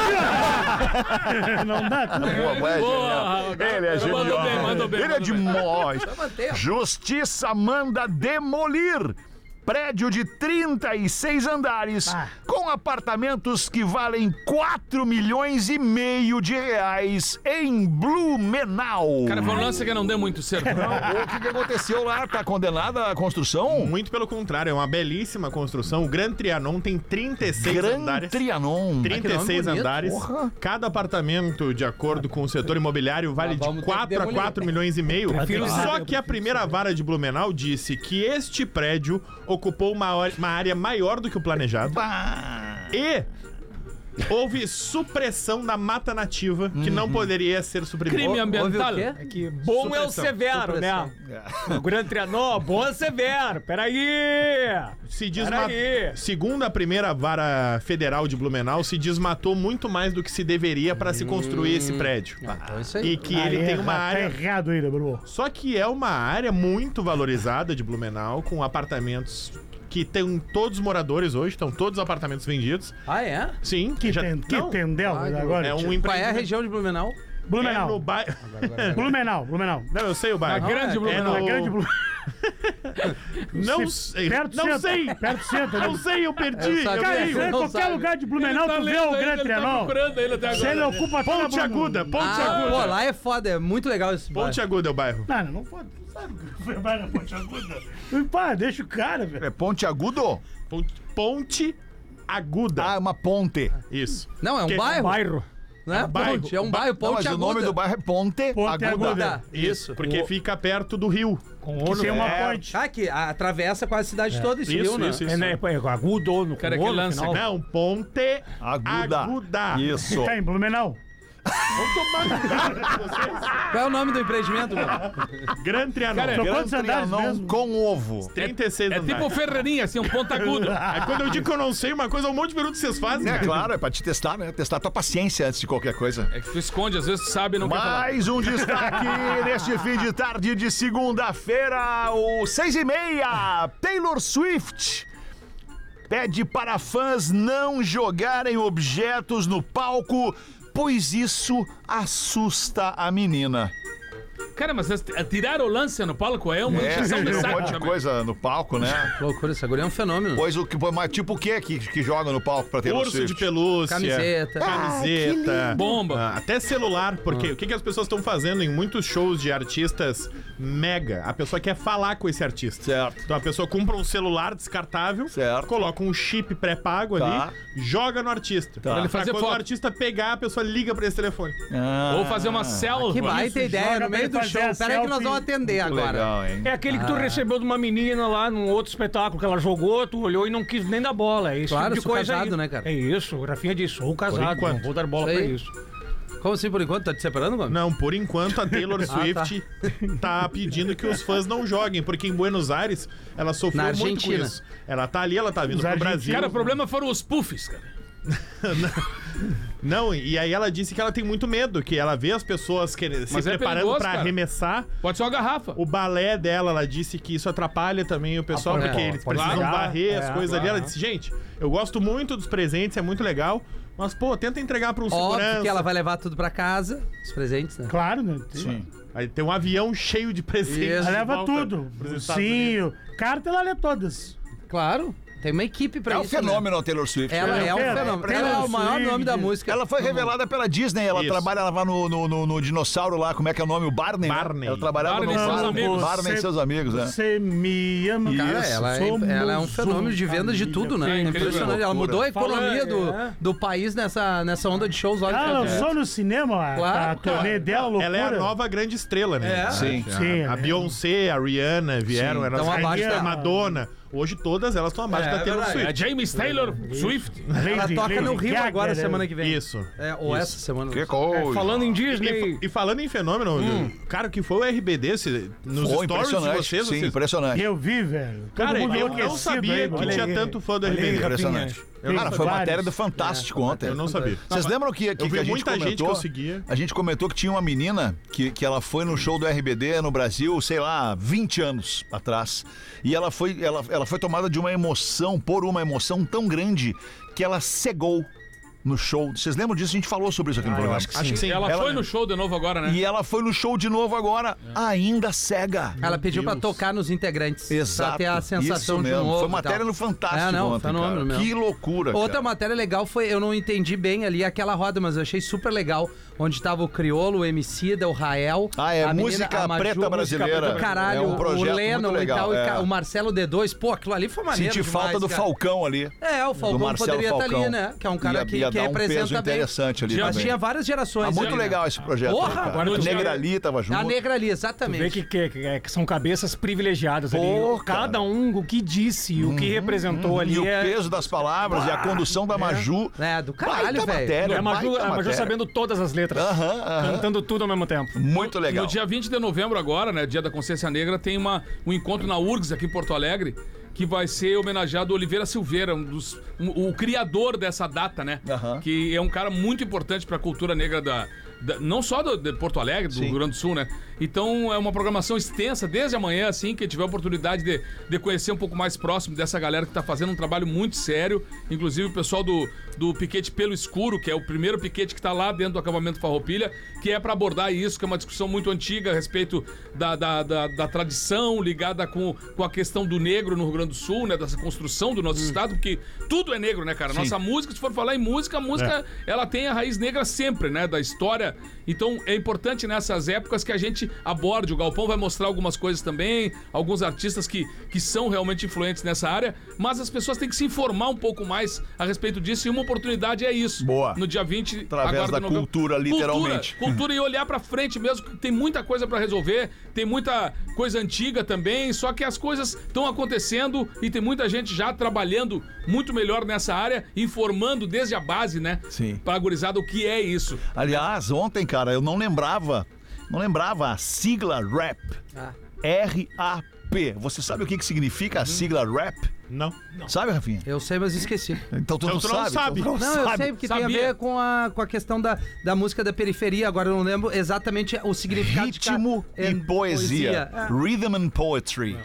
Não dá, tudo bem.
Boa, é
Boa,
genial. Ele é
Mandou
genial.
bem, mandou bem,
Ele é
mandou bem.
demais.
mantendo.
Justiça manda demolir prédio de 36 andares com apartamentos que valem 4 milhões e meio de reais em Blumenau.
Cara, foi um lance que não deu muito certo.
Não, o que, que aconteceu lá? Tá condenada a construção?
Muito pelo contrário, é uma belíssima construção. O Gran Trianon tem 36
Gran
andares.
Trianon.
Ah, que
36
nome bonito,
andares.
porra.
Cada apartamento, de acordo com o setor imobiliário, vale
Ah, vamos ter
de
que
4 a
demolir.
4 milhões e meio. Só que a primeira vara de Blumenau disse que este prédio ocupou uma, hora- uma área maior do que o planejado. E houve supressão da mata nativa, que
Uhum.
não poderia ser suprimida.
Crime ambiental.
Ouve o quê?
Que bom é o
Supressão,
Severo,
supressão.
né? O grande Trianon, bom é o Severo. Peraí!
Se diz
Peraí.
Segundo a primeira vara federal de Blumenau, se desmatou muito mais do que se deveria para se construir esse prédio.
Então, isso aí.
E que ele
Aí,
tem uma
tá
área.
errado ainda, Bruno.
Só que é uma área muito valorizada de Blumenau, com apartamentos que tem todos os moradores hoje, estão todos os apartamentos vendidos.
Ah, é?
Sim,
Que,
já
ten- que
não,
tendel agora.
É um
Qual é a
empreendimento.
região de Blumenau?
É no
Blumenau.
bairro.
Blumenau, Blumenau.
Não, eu sei o bairro.
Na grande
É
Blumenau.
Na
no-
grande Blumenau.
Não sei.
Perto do
Não
centro.
sei.
Perto do centro.
Não
né?
sei, eu
sabia.
perdi. Eu
Cara,
errei.
isso é
Não
qualquer
sabe.
lugar de Blumenau,
tá
tu vê o Gran Trenó. Se tá ele ocupa toda a
Ponte
Blumenau.
aguda, ponte
Ah,
aguda.
pô, lá é foda, é muito legal esse bairro.
Ponte aguda é o bairro.
Não, não, não pode. Tu sabe que foi mais na Ponte Aguda. Pá, deixa o cara, velho.
É Ponte Agudo?
Ponte, ponte aguda.
Ah, é uma ponte.
Isso.
Não, é um
Que-
bairro,
Bairro.
não é
bairro.
ponte, é um bairro,
Não,
ponte
mas
aguda.
o nome do bairro é Ponte,
Ponte
Aguda.
Aguda.
Tá, isso.
Porque fica perto do rio.
Que tem uma
é?
ponte.
Ah, que a- atravessa quase a cidade toda, isso,
Isso,
viu, né?
isso,
É,
isso.
né, é agudo no
Cara,
com
que
o no
lance,
final.
Não, ponte
Aguda.
aguda.
Isso.
Tá em é, Blumenau.
Qual é o nome do empreendimento, mano?
Gran Trianon.
São quantos andares
Trianon
mesmo?
com ovo.
36
É tipo o
andares.
Ferreirinha, assim, um pontagudo.
Aí quando eu digo que eu não sei uma coisa, é um monte de pergunta que vocês fazem,
É
cara.
claro, é pra te testar, né? Testar tua paciência antes de qualquer coisa.
É que tu esconde, às vezes tu sabe e não quer falar.
Mais um destaque neste fim de tarde de segunda-feira, o seis e meia. Taylor Swift pede para fãs não jogarem objetos no palco, pois isso assusta a menina.
Cara, mas as- tirar o lance no palco é uma
É,
injeção
tem
de
um
saco né,
monte de
também.
coisa no palco, né?
Loucura, essa guria é um fenômeno.
Pois o que, mas tipo o quê que que joga no palco pra Taylor
Urso de
Swift?
pelúcia. Ah,
Camiseta.
Camiseta.
Bomba.
Ah, até celular, porque o que, que as pessoas estão fazendo em muitos shows de artistas mega? A pessoa quer falar com esse artista.
Certo.
Então a pessoa compra um celular descartável,
Certo.
coloca um chip pré-pago
Tá.
ali, joga no artista.
Pra ele
fazer
quando
foto.
o artista pegar, a pessoa liga pra esse telefone.
Ah,
Ou fazer uma selva.
Que baita ideia,
joga
no
pra
meio
ele
do
fazer
show.
a
Peraí que nós
selfie.
vamos atender agora.
legal, hein?
É aquele que tu recebeu de uma menina lá num outro espetáculo que ela jogou, tu olhou e não quis nem dar bola. É isso
Claro,
tipo de
sou
coisa
casado,
aí.
né, cara?
É isso, o Rafinha disse, sou casado,
enquanto.
não vou dar bola
Isso
pra
aí.
isso.
Como assim, por enquanto? Tá te separando, mano?
Não, por enquanto a Taylor
tá.
Swift tá. pedindo que os fãs não joguem, porque em Buenos Aires ela
Na
sofreu muito com
Argentina.
isso. Ela tá ali, ela tá vindo
Os
pro
argentinos.
Brasil.
Cara, o problema foram os puffs, cara.
Não, e aí ela disse que ela tem muito medo, que ela vê as pessoas que, se
Mas é
preparando
perigoso,
pra
cara.
arremessar.
Pode ser uma garrafa.
O balé dela, ela disse que isso atrapalha também o pessoal,
Ah, pode-
porque
é,
eles
pode
precisam
jogar,
varrer as
é,
coisas ali.
claro.
Ela disse, gente, eu gosto muito dos presentes, é muito legal, mas, pô, tenta entregar pra um segurança.
Óbvio que ela vai levar tudo pra casa, os presentes, né?
Claro, né?
Aí tem um avião cheio de presentes.
Isso.
Ela leva
Volta
tudo.
pros Estados
Ursinho, carta, ela lê todas.
Claro, tem uma equipe pra
É um
isso. né?
fenômeno a Taylor Swift.
Ela
né?
é um
Ela é
fenômeno.
pra
Ela é
ela
o maior
subir,
nome da
né?
música.
Ela foi revelada pela Disney, ela
Isso.
trabalha lá no, no, no- no dinossauro lá, como é que é o nome? O Barney? né?
Barney.
Ela trabalhava
Barney e
no
seus
Barney,
amigos.
Barney e seus amigos, né?
Você me ama.
Cara, ela é,
Somos
ela é um fenômeno de vendas de tudo, né?
É
É
incrível.
impressionante. Ela mudou a economia do,
é.
do país nessa, nessa onda de shows é. lá.
Ah,
de
só no cinema, a-
Claro,
a turnê dela, loucura.
é. Ela é a nova grande estrela, né?
É.
Sim.
Sim,
A
ela é.
Beyoncé, a Rihanna vieram, eram
então
as
abaixo
rainhas,
da-
a Madonna. Hoje todas elas estão abaixo
É,
da Taylor
é verdade.
A
Swift.
James Taylor Swift.
Ela
Lady-
toca
Lady
no Rio
Gaga,
agora,
né?
semana que vem.
Isso.
É, ou essa semana.
Que
É,
coisa.
Falando em
E,
Disney,
e falando em fenômeno,
Hum.
cara, o que foi o RBD? se- nos
Foi
stories de
impressionante.
vocês,
Sim,
vocês
impressionante.
Eu vi, velho.
Cara,
Todo mundo
eu não
enlouquecido
sabia
aí,
que
olha
tinha
aí.
tanto fã do
Olha aí,
RBD.
Impressionante.
Tem
Cara, foi
vários.
matéria do Fantástico ontem.
É. Eu não sabia.
Vocês lembram que, que,
vi
que a gente
muita gente
comentou?
que eu seguia.
A gente comentou que tinha uma menina que, que ela foi no show do RBD no Brasil, sei lá, 20 anos atrás. E ela foi, ela, ela foi tomada de uma emoção, por uma emoção tão grande, que ela cegou no show. Vocês lembram disso? A gente falou sobre isso aqui no programa.
Acho que sim.
Ela,
Ela
foi
mesmo.
no show de novo agora, né?
E ela foi no show de novo agora, ainda cega.
Ela pediu pra tocar nos integrantes.
Exato.
Pra ter a sensação
isso
de
mesmo.
novo.
Foi
e
matéria
tal.
no Fantástico
É, não,
ontem,
fenômeno
cara.
mesmo.
Que loucura,
Outra
cara.
matéria legal foi, eu não entendi bem ali aquela roda, mas eu achei super legal, onde tava o Criolo, o Emicida, o Rael.
Ah, é
a menina,
música
a Maju,
preta
música
brasileira.
preta do caralho,
É um projeto
o Leno
muito legal,
e tal, e
é.
ca- o Marcelo D2. Pô, aquilo ali foi maneiro
Senti
demais,
falta do
cara.
Falcão ali.
É, o
do
Falcão
Marcelo
poderia estar
Falcão.
ali, né? Que é um cara
Ia-
que,
ia
que
dar um
representa
peso
bem.
interessante ali
Mas
também.
tinha várias gerações.
Tá muito
né?
legal esse projeto.
Porra,
aí, cara.
agora
A
tu já-
Negra ali tava junto.
A negra ali,
vê
exatamente.
que, que, é, que- que são cabeças privilegiadas
Pô,
ali.
cara.
Cada um, o que disse, o que representou ali
E o
é...
peso das palavras e a condução da Maju.
É, do caralho,
Baita
velho.
matéria,
É a Maju,
baita
a Maju
matéria.
sabendo todas as letras,
Aham, aham.
cantando tudo ao mesmo tempo.
Muito legal.
No dia 20 de novembro agora, né, dia da consciência negra, tem uma, um encontro na URGS aqui em Porto Alegre, que vai ser homenageado Oliveira Silveira, um dos, um- o criador dessa data, né?
Aham.
Que é um cara muito importante pra cultura negra da, da- não só do, de Porto Alegre, do Rio Grande do Sul, né? Então é uma programação extensa desde amanhã, assim, quem tiver a oportunidade de, de conhecer um pouco mais próximo dessa galera que tá fazendo um trabalho muito sério, inclusive o pessoal do, do piquete pelo escuro, que é o primeiro piquete que tá lá dentro do acampamento Farroupilha, que é pra abordar isso, que é uma discussão muito antiga a respeito da, da, da, da tradição ligada com, com a questão do negro no Rio Grande do Sul, né? Dessa construção do nosso estado, porque tudo é negro, né, cara? Nossa música, se for falar em música, a música ela tem a raiz negra sempre, né? Da história. Então é importante nessas épocas que a gente aborde. O Galpão vai mostrar algumas coisas também, alguns artistas que, que são realmente influentes nessa área, mas as pessoas têm que se informar um pouco mais a respeito disso e uma oportunidade é isso.
Boa.
No dia 20,
Através
agora de
da
novembro.
cultura, literalmente.
Cultura, cultura e olhar pra frente mesmo, que tem muita coisa pra resolver, tem muita coisa antiga também, só que as coisas estão acontecendo e tem muita gente já trabalhando muito melhor nessa área, informando desde a base, né?
Sim.
Pra gurizada o que é isso.
Aliás, ontem, cara, eu não lembrava. Não lembrava a sigla RAP.
Ah.
R-A-P. Você sabe o que, que significa a sigla RAP?
Não.
Sabe, Rafinha?
Eu sei, mas esqueci.
Então tu não,
tu não
sabe.
sabe.
então tu
Não, eu sei, porque tem a
Sabia.
ver com a, com a questão da, da música da periferia. Agora eu não lembro exatamente o significado de cada-
Ritmo
é,
e poesia.
É.
Rhythm and poetry.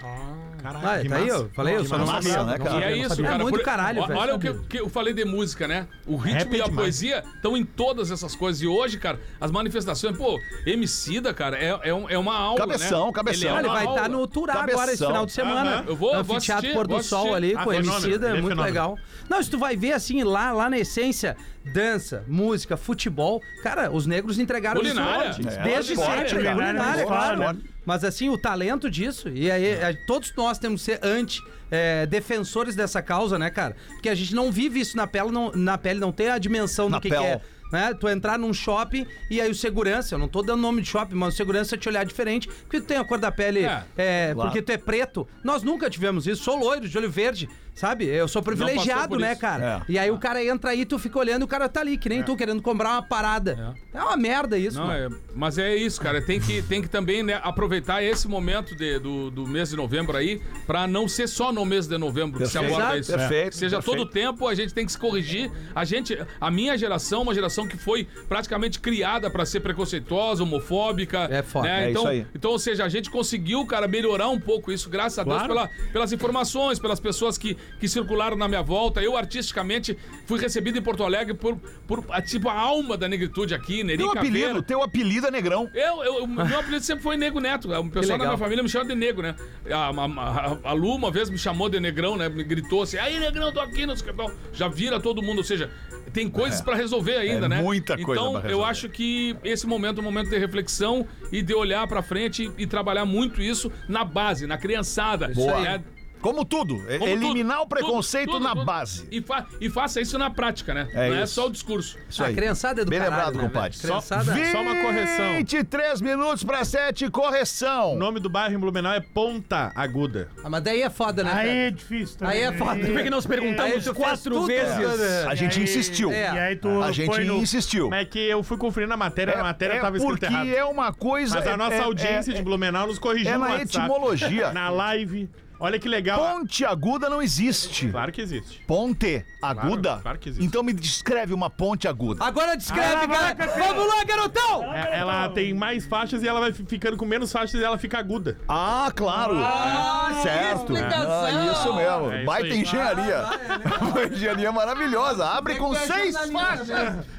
Ah, tá aí, eu falei, eu só não
massa,
sabia.
né,
não
cara?
E
sabia,
é
não
isso,
sabia.
cara.
É muito
por-
caralho,
o-
velho.
Olha o que, que eu falei de música, né? O ritmo
Rap é
e a
demais.
poesia estão em todas essas coisas. E hoje, cara, as manifestações... Pô, Emicida, cara, é, é, um- é uma aula,
Cabeção,
né?
cabeção.
Ele é
Ah, ele
uma
vai
aula.
estar no Turá
Cabeção.
agora esse final de semana.
Aham.
Eu vou- vou
Anfiteatro
assistir,
Pôr do
vou
Sol
assistir.
ali,
Ah,
com o
fenômeno,
Emicida, é
ele é
muito
fenômeno.
legal. Não, se tu vai ver, assim, lá, lá na essência, dança, música, futebol. Cara, os negros entregaram
Culinária.
isso ontem.
É,
Desde
esporte,
sempre,
culinária,
culinária,
esporte,
claro.
né?
Mas assim, o talento disso, e aí é, todos nós temos que ser anti é, defensores dessa causa, né, cara? Porque a gente não vive isso na pele, não, na pele, não tem a dimensão
Na
do que,
pele.
que é. Né? Tu entrar num shopping e aí o segurança, eu não tô dando nome de shopping, mas o segurança te olhar diferente, porque tu tem a cor da pele,
É.
é,
Claro.
porque tu é preto. Nós nunca tivemos isso, sou loiro, de olho verde, sabe? Eu sou privilegiado,
por
né,
isso.
cara?
É.
E aí o cara entra aí, tu fica olhando, o cara tá ali, que nem tu querendo comprar uma parada. É, uma merda isso,
Não,
mano.
é, mas é isso, cara. Tem que, tem que também né, aproveitar esse momento de- do, do mês de novembro aí, pra não ser só no mês de novembro que se
Perfeito.
aborda
Exato.
isso.
Perfeito,
Seja
perfeito.
todo o tempo, a gente tem que se corrigir. A gente, a minha geração, uma geração que foi praticamente criada pra ser preconceituosa, homofóbica.
É foda.
né?
É
Então,
isso aí.
então, ou seja, a gente conseguiu, cara, melhorar um pouco isso, graças a Deus, pela- pelas informações, pelas pessoas que, que circularam na minha volta. Eu, artisticamente, fui recebido em Porto Alegre por, por a, tipo, a alma da negritude aqui, Neri
Teu
Caveira.
um apelido, teu apelido é negrão.
Eu, eu, o meu apelido sempre foi Nego Neto. O pessoal da
legal.
minha família me chama de Nego, né? A, a- a- a Lu uma vez me chamou de Negrão, né? Me gritou assim, aí Negrão, tô aqui no escritório. Já vira todo mundo, ou seja, tem coisas pra resolver ainda,
É
né?
muita coisa
Então,
pra resolver.
eu acho que esse momento é um momento de reflexão e de olhar pra frente e, e trabalhar muito isso na base, na criançada.
Boa.
né?
Como tudo, é-
Como tudo,
eliminar o
tudo,
preconceito
tudo,
na
tudo.
base.
E, fa- e faça isso na prática, né?
É
Não é
isso.
só o discurso.
Isso
a
aí.
criançada é do
Bem
caralho,
lembrado,
né,
compadre.
velho? Criançada...
É, Só uma correção.
23 minutos para 7, correção.
O nome do bairro em Blumenau é Ponta Aguda.
Ah, mas daí é foda, né?
Aí
cara?
é difícil também.
Aí é foda.
Por que que nós
É,
Aí
perguntamos
tu fez
quatro
tudo,
vezes?
né?
A gente
aí-
insistiu.
É.
E aí tu
A gente
põe no...
insistiu.
Mas é que eu fui conferir na matéria, na matéria tava escrito
porque
errado.
é uma coisa.
Mas
é-
a nossa
é-
audiência
é-
de Blumenau nos corrigiu
é
no
na
WhatsApp,
etimologia.
Na live. Olha que legal.
Ponte aguda não existe.
Claro que existe.
Ponte aguda?
claro que existe.
Então me descreve uma ponte aguda.
Agora descreve, galera. Vamos lá, garotão!
É, ela tem mais faixas e ela vai fi- ficando com menos faixas e ela fica aguda.
Ah, claro.
Ah,
É.
é
certo.
explicação.
Ah, isso mesmo.
É isso
Baita
aí.
engenharia.
Ah, é, né?
Uma engenharia maravilhosa. Abre com seis faixas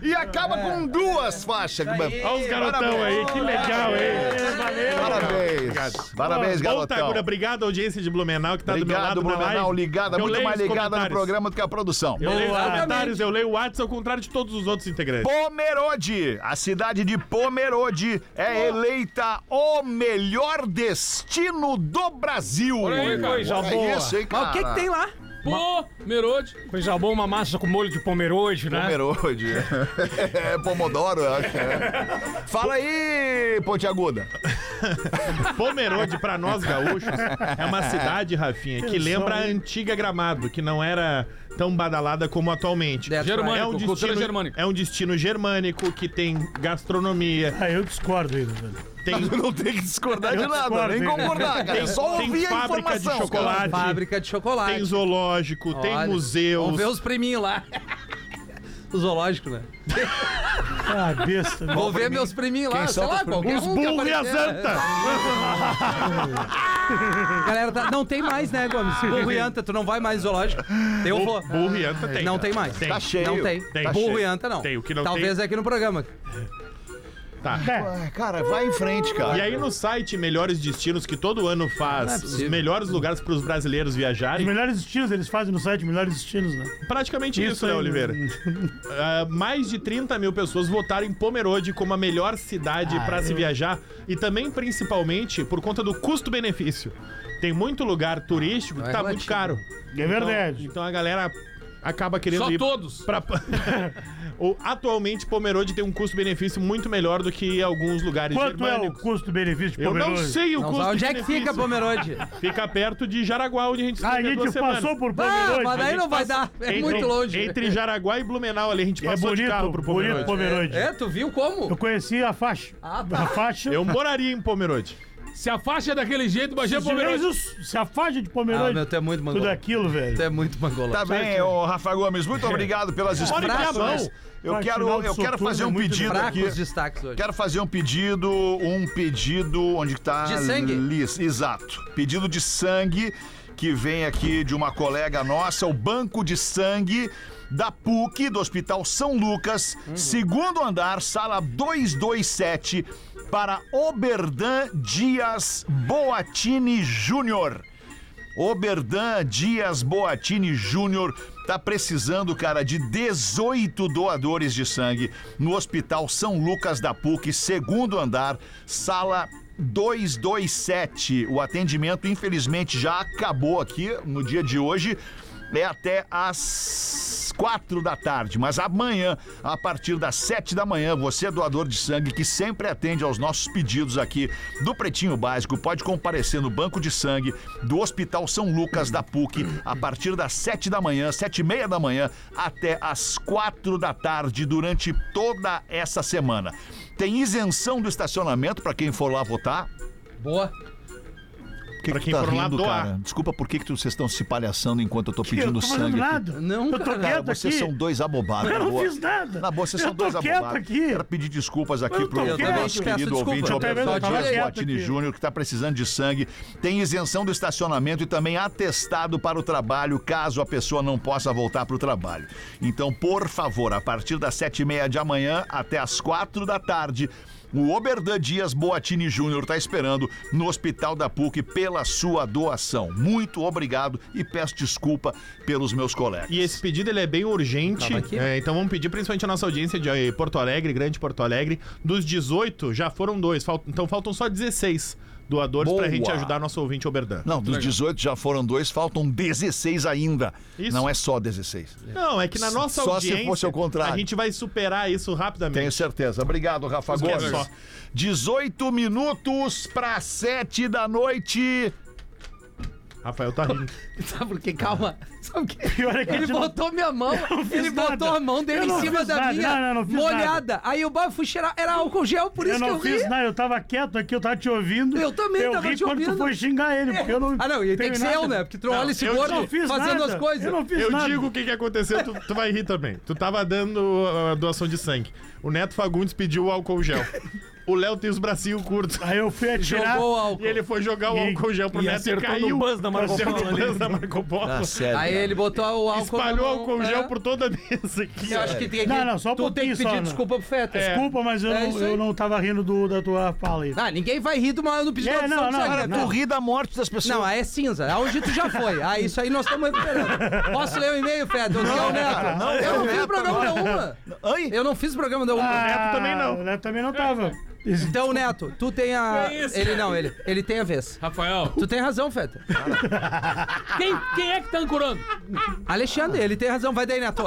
e acaba
É.
com duas faixas.
Olha os garotão aí, que legal,
É,
hein?
Parabéns. Parabéns,
Ponta
garotão.
Aguda, tá, obrigado, audiência de Blumenau que tá
Obrigado,
do meu lado na
Blumenau,
live.
ligada,
Eu
muito
leio
mais
os
ligada no
comentários.
programa do que a produção.
Eu leio os
Boa.
comentários, eu leio o WhatsApp ao contrário de todos os outros integrantes.
Pomerode, a cidade de Pomerode é eleita o melhor destino do Brasil.
Olha aí, cara.
Coisa
Olha
boa.
isso, hein, cara?
Mas o que, que tem lá?
Pô, Merode.
Coisa boa, uma massa com molho de pomerode, né?
Pomerode. é Pomodoro, eu acho. que é. Fala aí, Ponte Aguda.
Pomerode, pra nós gaúchos, é uma cidade, Rafinha, que lembra a antiga Gramado, que não era tão badalada como atualmente.
That's
Germânico,
É um,
cultura
destino,
germânica.
é um destino germânico que tem gastronomia,
Ah, eu discordo ainda, velho.
tem,
Não tem que discordar
Eu
de nada,
discordo,
nem
hein?
concordar, cara. É
Tem-
só
tem
ouvir a
fábrica de
informação. cara.
chocolate.
Fábrica de chocolate.
tem zoológico, tem
Olha,
museus.
Vamos ver os priminhos lá. O zoológico, né?
Ah, besta.
Vou ver meus priminhos lá, sei lá, qualquer
Os
um que
burros e as
aparecer, né?
antas.
Galera, tá- não tem mais, né, Gomes? Burro e anta, tu não vai mais no zoológico. Eu vou.
Burro e anta tem.
Não
cara.
tem mais.
Tem.
Tá cheio.
Não tem.
Tem.
Burro e anta, não.
Tem, o que não
Talvez aqui no programa.
Tá.
Ah, Cara, vai em frente, cara.
E aí no site Melhores Destinos, que todo ano faz os
é possível.
melhores lugares para os brasileiros
Os
viajarem,
melhores estilos eles fazem no site, melhores estilos, né?
praticamente isso, né,
aí,
Oliveira? Ah, mais de 30 mil pessoas votaram em Pomerode como a melhor cidade
Ah,
para se viajar e também, principalmente, por conta do custo-benefício. Tem muito lugar turístico que
é
tá muito
relativo.
caro.
É verdade.
Então a galera acaba querendo
Só
ir
todos.
pra... O- Atualmente, Pomerode tem um custo-benefício muito melhor do que alguns lugares
Quanto é o
germânicos.
custo-benefício de
Eu não
Pomerode?
sei o
Não
custo
sabe onde é que fica, Pomerode?
Fica perto de Jaraguá, onde a gente
Ah, a
esteve há
gente
duas semanas.
passou por
Ah,
Pomerode.
mas daí não vai dar. É
um-
muito longe.
Entre Jaraguá e Blumenau ali, a gente
É
passou de carro
bonito,
pro
bonito
Pomerode.
Pomerode.
É, tu viu como?
Eu conheci a faixa.
Ah, tá.
A faixa.
Eu moraria em Pomerode.
Se a faixa é daquele jeito, imagina
Esses
o Pomerode.
direitos Se a faixa de Pomerode.
Ah, meu, tu é muito
Tudo
mangolão.
aquilo, velho.
Tu é muito mangolão.
Tá bem, ô Rafa Gomes, muito obrigado pelas explicações.
abraço.
Eu
Parte
quero,
final do
eu quero
Soturno
fazer
é
um
muito
pedido
Fracos
aqui.
destaques hoje.
Quero fazer um pedido, um pedido onde está
De sangue?
Liz, exato. Pedido de sangue que vem aqui de uma colega nossa, o banco de sangue da PUC do Hospital São Lucas,
Uhum.
segundo andar, sala 227 para Oberdan Dias Boatini Júnior. Oberdan Dias Boatini Júnior tá precisando, cara, de 18 doadores de sangue no Hospital São Lucas da PUC, segundo andar, sala 227. O atendimento, infelizmente, já acabou aqui no dia de hoje. É até às quatro da tarde, mas amanhã, a partir das sete da manhã, você, doador de sangue, que sempre atende aos nossos pedidos aqui do Pretinho Básico, pode comparecer no banco de sangue do Hospital São Lucas da PUC a partir das sete da manhã, sete e meia da manhã, até às quatro da tarde, durante toda essa semana. Tem isenção do estacionamento para quem for lá votar.
Boa.
Que
Pra
que
quem
tu tá
for lá
rindo,
doar.
cara? Desculpa por que, que tu- vocês estão se palhaçando enquanto eu tô
Eu
pedindo
não tô
sangue.
fazendo
aqui?
nada.
Não,
eu tô
cara.
Cara,
quieto
vocês
aqui.
são dois abobados.
Eu
na
não
boa.
fiz nada.
Na boa, vocês
Eu
são
tô
dois
quieto
abobados.
aqui.
Quero pedir desculpas aqui
Eu tô
pro
quieto.
pro
Eu
nosso
peço
querido
desculpa.
ouvinte
Eu também
Alberto
não tava
Dias
quieto
Boatini
aqui.
Júnior, que está precisando de sangue. Tem isenção do estacionamento e também atestado para o trabalho, caso a pessoa não possa voltar para o trabalho. Então, por favor, a partir das sete e meia de amanhã até as quatro da tarde, o Oberdan Dias Boatini Júnior está esperando no Hospital da PUC pela sua doação. Muito obrigado e peço desculpa pelos meus colegas.
E esse pedido ele é bem urgente.
Tava aqui.
É, então vamos pedir principalmente a nossa audiência de eh, Porto Alegre, Grande Porto Alegre. Dos 18, já foram dois. fal- então faltam só 16 doadores pra
Boa.
gente ajudar nosso ouvinte Oberdan.
Não, dos 18 já foram dois, faltam 16 ainda.
Isso.
Não é só 16.
Não, é que na nossa
Só se
audiência.
fosse ao contrário.
A gente vai superar isso rapidamente.
Tenho certeza. Obrigado, Rafa
Esquece
Gomes.
só.
18 minutos para 7 da noite.
Rafael tá rindo.
Sabe por quê? Calma. Sabe o quê?
Pior é que
Ele
eu não-
botou minha mão, ele
nada.
botou a mão dele
Eu
em
não
cima
fiz
da
nada,
minha,
não, não, não fiz
molhada. Aí o bar fui cheirar, era álcool gel, por isso
Eu
que eu
não
ri.
fiz nada, eu tava quieto aqui, eu tava te ouvindo.
Eu também
eu
tava
ri
te
quando
ouvindo.
tu foi xingar ele, porque eu não.
Ah, não, e tem que ser
nada.
eu, né? Porque tu não olha esse
eu
Eu não
gordo
fiz
fazendo
nada.
as coisas.
Eu não fiz
Eu
nada.
digo o que, que aconteceu, tu, tu vai rir também. Tu tava dando a doação de sangue. O Neto Fagundes pediu o álcool gel. O Léo tem os bracinhos curtos.
Aí eu fui atirar.
Jogou o álcool.
E ele foi jogar o
E-
álcool gel pro
e
Neto e
acertou
caiu.
no buzz da Marco
Acertou
Polo
no
ali.
buzz da Marco Polo.
sério.
Aí ele botou o álcool
Espalhou
na
o
mão,
álcool
é.
gel por toda a mesa aqui.
Eu acho que tem que...
Não, não, só um
tu tem que
pouquinho só,
pedir
né?
desculpa pro Feta.
Desculpa, mas eu,
É
não,
isso
eu
aí.
não tava rindo do- da tua fala aí.
Ah, ninguém vai rir do mal do pedido
É,
de
não,
audição
não,
de sangue,
cara,
né?
Tu ri da morte das pessoas.
Não, aí é cinza. Aonde tu já foi. Ah, isso aí nós estamos recuperando. Posso ler o e-mail, Fede? Eu sou o
cara,
Neto.
não,
eu não
é o
fiz
Neto,
programa
não.
nenhuma.
Ai,
Eu não fiz programa nenhuma.
Ah,
também não.
O Neto também não tava. Esse-
Então, Neto, tu tem a.
É isso.
ele não, ele. Ele tem a vez.
Rafael,
Tu tem razão, Feta.
quem, quem é que tá ancorando?
Alexandre, ele tem razão. Vai daí, Neto.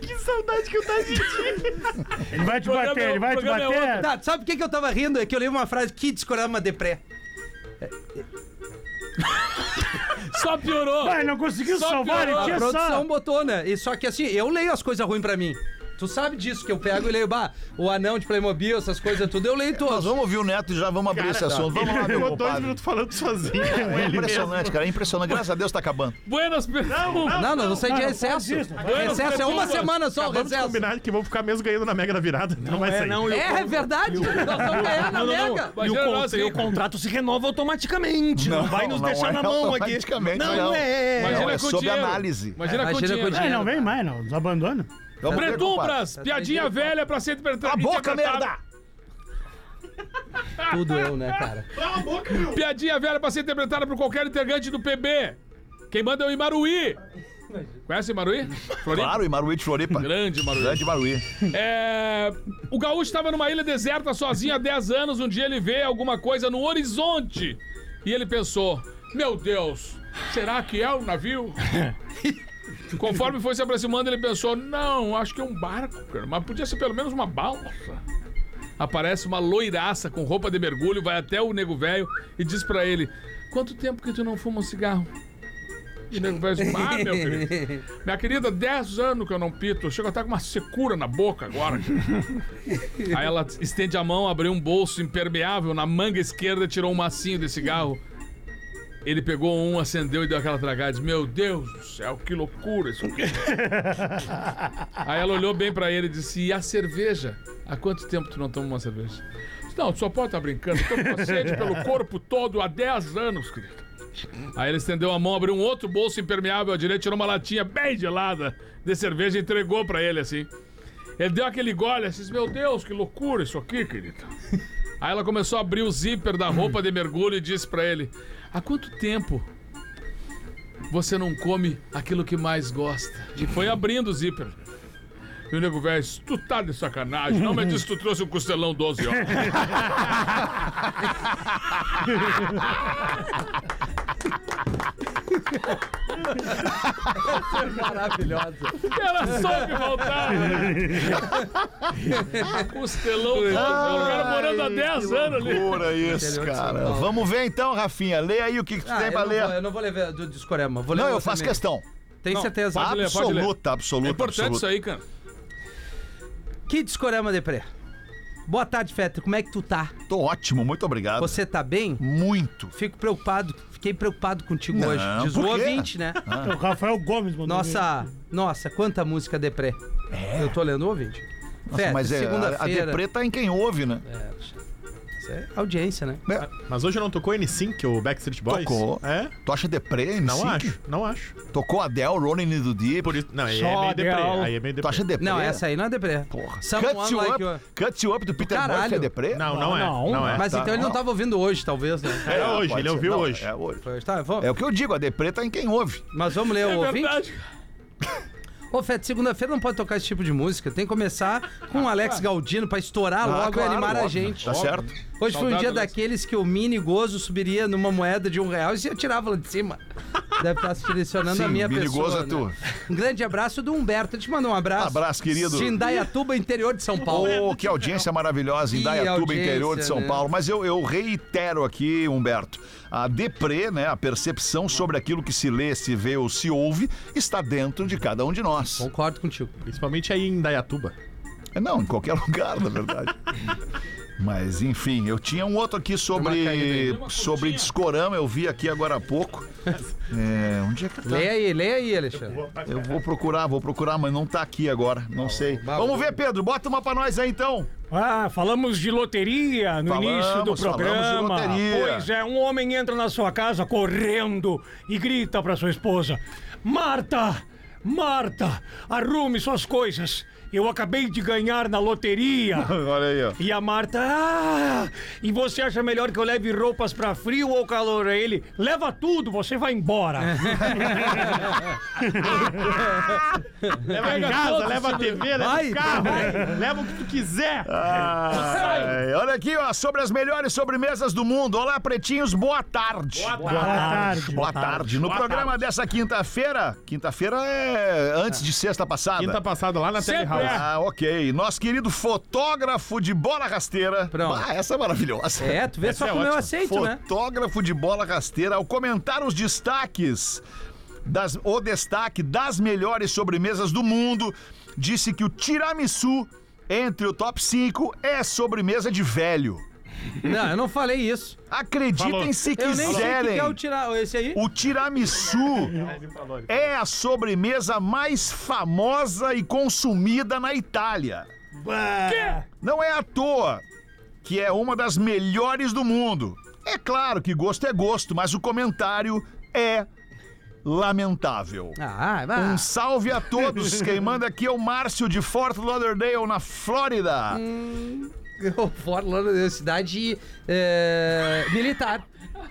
Que saudade que eu tava sentindo.
Ele vai te
programa é-
bater, ele vai
o
te
programa é
bater.
Tá, sabe por que, que eu tava rindo? É que eu li uma frase que descorama depré.
Só piorou.
Vai, não conseguiu
Só
salvar, ele
piorou.
A
tinha
produção
só.
botou, né? E só que assim, eu leio as coisas ruins pra mim. Tu sabe disso, que eu pego e leio, bah, o anão de Playmobil, essas coisas tudo, eu leio
nós
todos.
vamos ouvir o Neto e já vamos abrir esse assunto. Vamos lá, meu
Ele ficou dois
compadre.
minutos falando sozinho.
É impressionante, cara. É impressionante. Graças a Deus tá acabando.
Buenas pessoas.
Não, não, não sei de
não,
recesso.
não faz isso, não
faz
recesso é
isso.
uma semana só, o
Vamos
recesso.
combinar que vão ficar mesmo ganhando na Mega da Virada. Não, vai sair.
eu-
É, é verdade. Nós estamos ganhando a
Não, não,
mega.
não. E o,
Imagina nós
contra- e o
aí.
contrato se renova automaticamente. Não, vai nos
não
deixar
é
na mão aqui.
automaticamente,
Não,
não.
é.
Não, é
com
sob
dinheiro.
análise. É,
Imagina,
É,
com
imagina
dinheiro.
com dinheiro.
É, não vem mais, não. Nos abandona.
Vamos ver, compadre.
Pretumbras, piadinha velha pra ser
Tá A boca, merda!
Tudo eu, né, cara?
Cala a boca, meu.
Piadinha velha pra ser interpretada por qualquer integrante do PB. Quem manda é o Imaruí. Conhece o Imaruí? Floripa?
Claro, e Maruí de Floripa.
Grande Maruí.
Grande Maruí.
É, o gaúcho estava numa ilha deserta sozinho há 10 anos. Um dia ele vê alguma coisa no horizonte e ele pensou: Meu Deus, Será que é um navio? Conforme foi se aproximando, ele pensou: não, acho que é um barco, cara, mas podia ser pelo menos uma balsa. Aparece uma loiraça com roupa de mergulho, vai até o nego velho e diz pra ele: quanto tempo que tu não fuma um cigarro? E o nego velho diz: ah, meu querido, minha querida, 10 anos que eu não pito, eu chego a estar com uma secura na boca agora. cara." Aí ela estende a mão, abriu um bolso impermeável na manga esquerda, tirou um macinho de cigarro. Ele pegou um, acendeu e deu aquela tragada. Disse, Meu Deus do céu, que loucura isso aqui." Aí ela olhou bem pra ele e disse: E a cerveja? Há quanto tempo tu não toma uma cerveja? Disse, Não, tu só pode estar brincando. Eu tô com sede pelo corpo todo há 10 anos, querido. Aí ele estendeu a mão, abriu um outro bolso impermeável à direita, tirou uma latinha bem gelada de cerveja e entregou pra ele assim. Ele deu aquele gole assim, disse, meu Deus, que loucura isso aqui, querida. Aí ela começou a abrir o zíper da roupa de mergulho e disse pra ele: Há quanto tempo você não come aquilo que mais gosta? E foi abrindo o zíper. E o nego velho, disse, tu tá de sacanagem, não me disse que tu trouxe um costelão 12 horas.
Maravilhosa.
Era só o que faltava. né? Costelão 12 horas. O cara morando há 10 anos ali.
Loucura isso,
Interior de São
cara.
Paulo.
Vamos ver então, Rafinha. Lê aí o que, que tu
Ah,
tem
eu,
pra
não
ler.
vou, eu não vou ler ver do Discorama. Vou ler
Não, eu
outra
faço
mesmo.
questão.
Tem certeza.
pode ler, pode ler.
Absoluta, absoluta.
É importante
absoluta.
isso aí, cara.
Que Discorama, Depré? Boa tarde, Feta. Como é que tu tá?
Tô ótimo, muito obrigado.
Você tá bem?
Muito.
Fico preocupado. Fiquei preocupado contigo
Não,
hoje. Diz o
por quê?
ouvinte, né?
O Rafael Gomes mandou.
Nossa, nossa, quanta música Depré. Eu tô lendo o ouvinte.
É? Nossa,
Feta,
mas é, a, a
segunda-feira. É.
deprê tá em quem ouve, né?
Isso é audiência, né?
Mas hoje não tocou N5, o Backstreet Boys?
Tocou.
É?
Tu acha deprê?
Não
MC?
acho, não acho.
Tocou Adele, Ronin e do Deep.
Por isso, não, aí
Só
é meio
a
deprê.
Adele.
Aí é meio
Tu
deprê.
acha deprê?
Não, essa aí não é Depré. Porra.
Cut you, up, cut you up do Peter
caralho.
Morphy é deprê?
Não, não, é. Não,
Não,
é.
Mas
tá,
então ele não
não.
tava ouvindo hoje, talvez, né?
É, hoje,
pode
ele
ser.
ouviu
Não,
hoje.
É hoje.
Pois tá, vamos.
É o que eu digo, a deprê tá em quem ouve.
Mas vamos ler o ouvinte?
É Verdade.
Ô, Fete, segunda-feira não pode tocar esse tipo de música. Tem que começar com o Alex Galdino pra estourar
Ah,
logo
claro,
e animar a
óbvio.
gente.
Tá certo?
Hoje foi um
Saudade,
dia
Alex.
daqueles que o mini gozo subiria numa moeda de um real e eu tirava lá de cima. Deve estar se direcionando
Sim,
a minha
Mini
pessoa.
Gozo é
né?
tu.
Um grande abraço do Humberto. Eu te mando um abraço.
Abraço, querido.
De Indaiatuba, interior de São Paulo.
Ô, Oh, que audiência maravilhosa em
Que
Dayatuba,
audiência,
interior de São
né?
Paulo. Mas eu, eu reitero aqui, Humberto, a deprê, né, a percepção sobre aquilo que se lê, se vê ou se ouve, está dentro de cada um de nós.
Concordo contigo.
Principalmente aí em Dayatuba.
Não, em qualquer lugar, na verdade. Mas, enfim, eu tinha um outro aqui
Deu uma caída aí.
sobre, sobre discorama, eu vi aqui agora há pouco. É, onde é que tá?
Leia aí, leia aí, Alexandre.
Eu vou procurar, vou procurar, mas não tá aqui agora, não sei.
babu.
Vamos ver, Pedro, bota uma pra nós aí então.
Ah, falamos de loteria no
Falamos,
início do
falamos de
programa.
loteria.
Pois é, um homem entra na sua casa correndo e grita para sua esposa: Marta, Marta, arrume suas coisas. Eu acabei de ganhar na loteria.
Olha aí, ó.
E a Marta, ah, e você acha melhor que eu leve roupas pra frio ou calor? Aí ele, leva tudo, você vai embora.
Leva em casa, É leva a TV, leva
Vai,
o carro, leva o que tu quiser.
Ai, É, olha aqui, ó, sobre as melhores sobremesas do mundo. Olá, pretinhos, boa tarde. Boa tarde.
Boa tarde.
Boa tarde. No programa dessa quinta-feira, quinta-feira é antes de sexta passada.
Quinta passada Tá lá na Tele
Sempre
House.
Ah, ok. Nosso querido fotógrafo de bola rasteira.
Pronto.
Ah, essa é maravilhosa.
É, tu vê só como eu aceito, né?
Fotógrafo de bola rasteira, ao comentar os destaques, das, o destaque das melhores sobremesas do mundo, disse que o tiramisu, entre o top 5, é sobremesa de velho.
Não, eu não falei isso.
Acreditem se
Eu nem sei o que
quiserem.
que é o tirar esse aí.
O tiramisu é a sobremesa mais famosa e consumida na Itália. Não é à toa que é uma das melhores do mundo. É claro que gosto é gosto, mas o comentário é lamentável.
Ah, vai.
Um salve a todos. Quem manda aqui é o Márcio de Fort Lauderdale, na Flórida.
Hum.
Eu fora lá na cidade é, militar,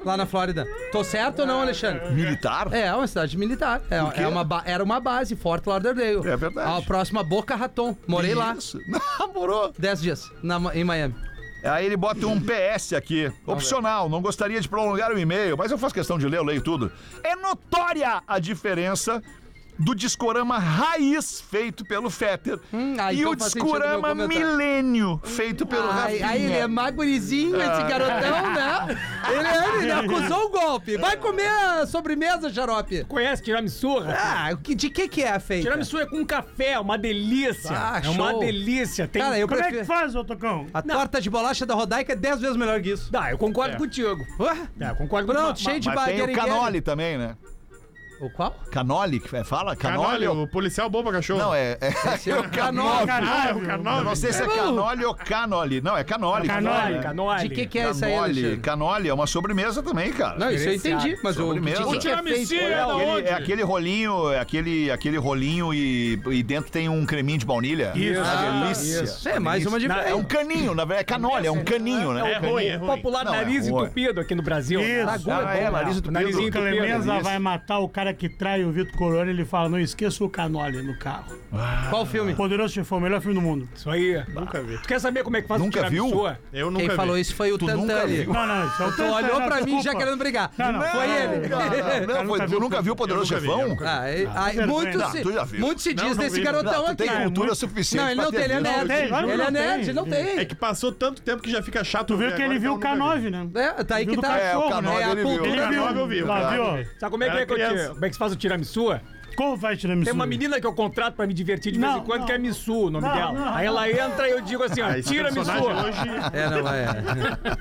lá na Flórida. Tô certo ou não, Alexandre?
Militar?
É, uma cidade militar. É,
quê?
é uma ba- era uma base, Fort Lauderdale.
É verdade.
A próxima Boca Raton. Morei lá
Isso. Namorou.
dez dias na Ma- em Miami.
Aí ele bota um PS aqui. Opcional, não gostaria de prolongar o e-mail, mas eu faço questão de ler, eu leio tudo. É notória a diferença do discorama raiz feito pelo Fetter
Hum, ah,
e
então
o
faz sentido meu
discorama
comentário.
milênio feito pelo
Ai,
Rafinha. Ah.
aí ele é mais gurizinho, esse garotão, né? Ele, ele acusou o golpe. Vai comer a sobremesa, xarope.
Conhece tiramissurra?
Ah, o que- de que que é a feita?
Tiramisu é com café, é uma delícia.
Ah,
é uma
show.
delícia. Tem...
Cara, eu
Como é
prefiro...
que faz, ô Tocão?
A torta de bolacha da Rodaica é 10 vezes melhor que isso.
Dá, eu concordo contigo.
Ué?
É, eu concordo
Pronto,
contigo.
cheio de
Mas tem o
bagueira
canole também, né?
O qual?
Canole, que é- fala? Canole?
Canole,
ou-
o policial bom pra cachorro. Ah,
Não, é... é, é o canole.
Caralho,
Eu não sei se é canole ou canole. Não, é canole.
Canole,
Canole.
Canoli.
De que que é isso aí,
Canole.
Alexandre?
Canole é uma sobremesa também, cara.
Não, isso eu entendi, mas o
Sobremesa.
de que que é feito?
Tiramicinha da
Aquele-
onde?
é aquele rolinho, é aquele, aquele rolinho e, e dentro tem um creminho de baunilha.
Ah,
Isso, delícia.
É, mais uma diferença.
É um caninho, na verdade, é canole, é um caninho, né?
É,
um
ruim,
caninho.
é ruim. popular
Não, é
nariz
ruim.
entupido aqui no Brasil.
Isso.
Ah, é, nariz
O narizinho
entupido.
entupido.
Clemenza
delícia.
vai matar o cara que trai o Vitor Corona. Ele fala: não esqueça o Canoli no carro.
Qual filme?
Poderoso Chefão, melhor filme do mundo.
Isso aí. Nunca vi. Tu quer saber como é que faz
Nunca
o tiramisu?
viu?
Eu nunca
Quem
vi.
falou isso foi o
Tu nunca
Tantani.
viu.
Não, não, isso é o
Tu olhou
não,
pra mim já
desculpa.
querendo brigar.
Não, não.
Foi ele.
Não, Ah, não, não, foi- tu nunca viu o Poderoso
Eu nunca vi, eu
Chefão?
nunca
Ah, aí- aí
vergonha.
muito,
Não,
se,
tu já viu.
muito se diz
Não, não
desse
vi, não.
garotão
Não, tu
aqui.
tem
Ah,
cultura
muito-
suficiente
Não, ele
pra
não tem,
ter
ele é
visto.
Não,
nerd.
tem, claro que
Ele é
não tem.
nerd, não tem.
É que passou tanto tempo que já fica chato.
Tu viu
ver,
que ele
É, agora
viu
eu
o
nunca vi.
K9, né?
É, tá aí
Viu
que
do
tá.
cachorro,
É, o K9
né?
ele
A
viu.
cultura-
Ele viu, eu vi.
Lá,
Claro.
viu?
Sabe como é, que
Era
é que eu te-
criança.
como é que se faz o tiramisu?
Como faz tiramisu?
Tem uma menina que eu contrato pra me divertir de
Não,
vez em quando,
não.
que é Missu, o nome
Não,
dela.
não.
Aí ela entra e eu digo assim, ó,
Ah, esse
tira Missu.
personagem hoje...
É, não, é.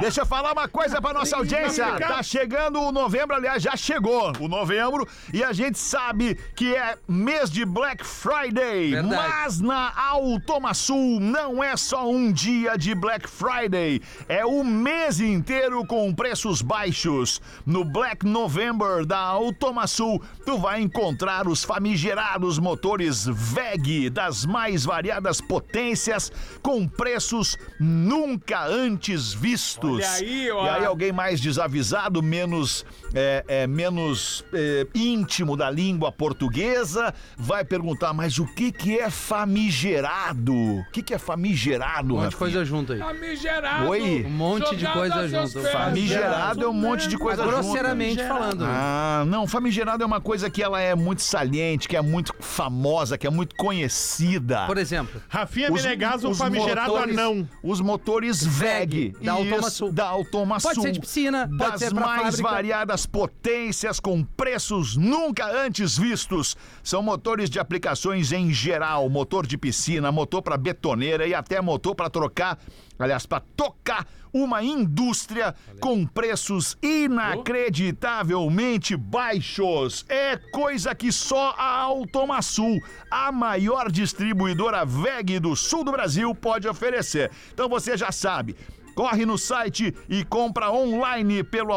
Deixa eu falar uma coisa pra nossa audiência. Tá chegando o novembro, aliás, já chegou o novembro e a gente sabe que é mês de Black Friday.
Verdade.
Mas na Automasul não é só um dia de Black Friday, é o mês inteiro com preços baixos. No Black November da Automasul, tu vai encontrar os famigerados motores VEG das mais variadas potências com preços nunca antes vistos.
Olha aí, ó.
E aí alguém mais desavisado, menos é, é, menos é, íntimo da língua portuguesa, vai perguntar, mas o que que é famigerado? O que que é famigerado,
Um monte de
Rafinha?
coisa junto
tá
aí.
Famigerado.
Oi.
Um monte de
Jogado
coisa
a seus
junto.
pés.
Famigerado é um monte de coisa junto.
Grosseiramente falando.
Ah, não, famigerado é uma coisa que ela é muito saliente, que é muito famosa, que é muito conhecida.
Por exemplo.
Rafinha
é
Menegas, o famigerado
motores-
anão.
Os motores VEG.
da
Isso,
Automasul.
Da Automasul.
Pode ser de piscina, pode
das
ser pra
mais
fábrica.
variadas potências com preços nunca antes vistos. São motores de aplicações em geral, motor de piscina, motor para betoneira e até motor para trocar, aliás, para tocar uma indústria com preços inacreditavelmente baixos. É coisa que só a Automasul, a maior distribuidora VEG do sul do Brasil, pode oferecer. Então você já sabe. Corre no site e compra online pelo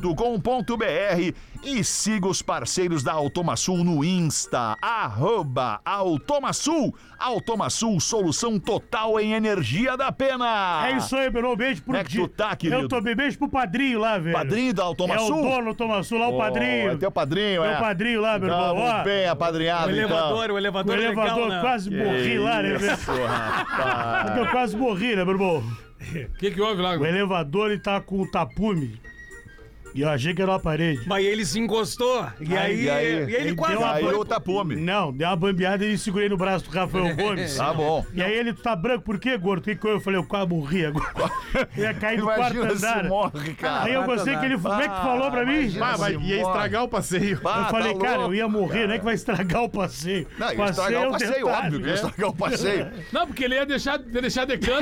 automasul.com.br e siga os parceiros da Automasul no Insta, arroba Automasul. Automasul, solução total em energia da pena.
É isso aí, Belo. Um beijo pro
Ah. Como é que tu tá,
Di- Eu
querido?
tô bem, beijo pro padrinho lá, velho.
Padrinho da
É o
Automasul?
dono do Tomassu lá, o padrinho.
Oh, é teu padrinho, é?
Meu padrinho lá, meu
um
irmão.
Tá
Ó,
muito bem
O
apadrinhado,
elevador, o
o
elevador é legal,
elevador
né?
quase morri lá, né, velho?
então. rapaz.
Eu quase morri, né, meu irmão?
O que, que houve lá?
O elevador, ele tá com o tapume. E eu achei que era uma parede.
Mas ele se encostou. E aí,
e aí?
e ele
Ele
quase...
deu uma
Aí
boi-
o tapume.
Não, deu uma bambeada e ele segurei no braço do Rafael Gomes.
Tá bom.
E aí ele, tu tá branco por quê, gordo? O que que eu? Eu falei, eu quase morri agora. Eu ia cair do quarto
Imagina se
andar. Ah,
morre, cara.
Aí eu gostei que ele... Como é que tu falou pra mim?
imagina.
Ah, mas ia estragar o passeio.
Bah,
Eu
tá
falei, cara,
louco,
eu ia morrer,
cara.
não é que vai estragar o passeio.
Não, ia estragar
é
o passeio,
detalhe,
óbvio que ia
né?
estragar o passeio.
Não, porque ele ia deixar, deixar de
Ia
canto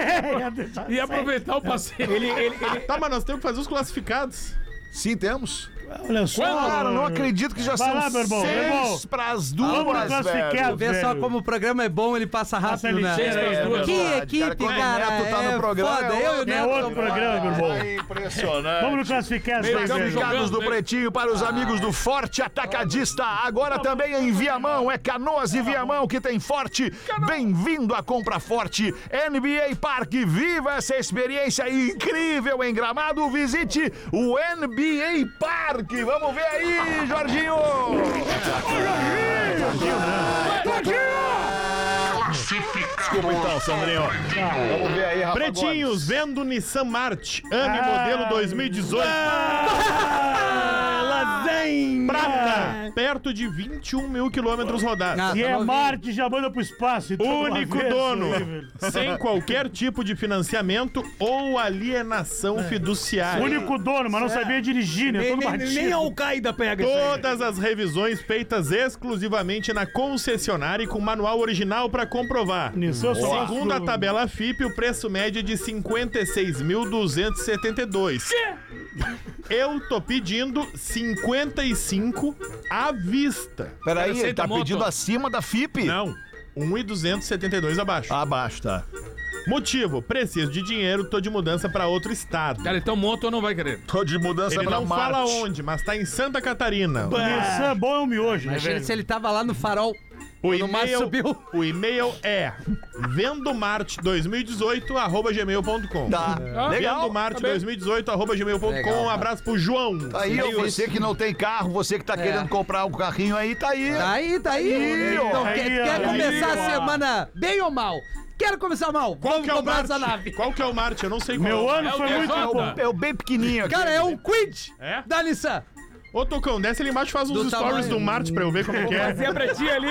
deixar-
e aproveitar o passeio. Ele, ele,
Tá, mas nós temos que fazer os classificados.
Sim, temos.
Olha só.
Cara, não acredito que já
Vai
são
lá, meu irmão, meu irmão.
seis pras
Vamos no
duas, velho.
classificado,
Vê só
velho.
como o programa é bom, ele passa
Passa
rápido, né?
ligeiro,
é,
Que
verdade,
equipe,
cara, quando o
cara.
Neto tá no
é
programa,
foda.
é
Eu e o
outro-
Neto
É outro
somos-
programa, meu irmão.
É impressionante.
Vamos no classificado,
Classificados
velho.
jogando.
do Pretinho para os amigos do Forte Atacadista. Agora também em Viamão. É Canoas e Viamão que tem Forte. Bem-vindo à Compra Forte. NBA Parque. Viva essa experiência incrível em Gramado. Visite o NBA Parque. Vamos ver aí, Jorginho.
ele...
desculpa então, Sandrinho. Vamos ver aí, Rafa Gomes.
Pretinhos, vendo Nissan Marte, ame
Ah.
modelo 2018.
Lasanha!
Ah. Prata, perto de 21 mil quilômetros rodados.
Ah,
E
tá
é
novinho.
Marte, já manda pro espaço. então,
Único
uma vez,
dono,
né, velho?
sem qualquer tipo de financiamento ou alienação fiduciária.
É. Único dono, mas não sabia dirigir, né?
Nem,
Todo
nem, é nem
batido.
Al-Qaeda pega isso aí.
Todas as revisões feitas exclusivamente na concessionária e com manual original para comprovar.
Nisso eu só
Segundo a tabela FIP, o preço médio é de 56.272. Eu tô pedindo 55 à vista.
Peraí, ele
Receita
tá
moto.
pedindo acima da FIP?
Não, 1.272 abaixo.
Ah.
Abaixo, tá.
Motivo: preciso de dinheiro, tô de mudança para outro estado.
Cara, então moto não vai querer.
Tô de mudança
Ele
pra
não
Marte.
fala onde, mas tá em Santa Catarina.
Nissan é bom é um miojo, né,
Imagina
velho?
se ele tava lá no farol.
O
Quando o mar
e-mail,
subiu.
o e-mail é vendomarte2018 arroba gmail.com.
Tá, legal.
Vendomarte2018 arroba
Legal.
gmail.com. Um abraço pro João.
Tá
Tá Aí, ó, você que não tem carro, você que tá querendo comprar um carrinho aí, tá aí.
Tá aí, tá aí.
ó.
então,
Aí,
quer,
ó.
quer
Aí,
começar
ó.
a semana bem ou mal? Quero começar mal.
Qual
Vamos
que é o
comprar essa
Marte?
nave.
Qual que é o Marte? Eu não sei qual.
Meu
é.
ano
É o
foi muito
Desolda.
bom.
É o bem pequenininho aqui.
Cara, é um quid
É?
da Nissan.
Ô, Tocão, desce ali embaixo e faz uns
Do
stories
tamanho.
do Marte pra eu ver como é que é.
Fazer pra ti ali.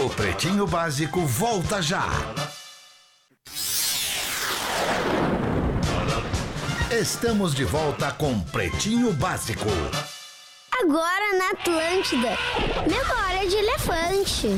O Pretinho Básico volta já. Estamos de volta com Pretinho Básico.
Agora na Atlântida. Memória de elefante.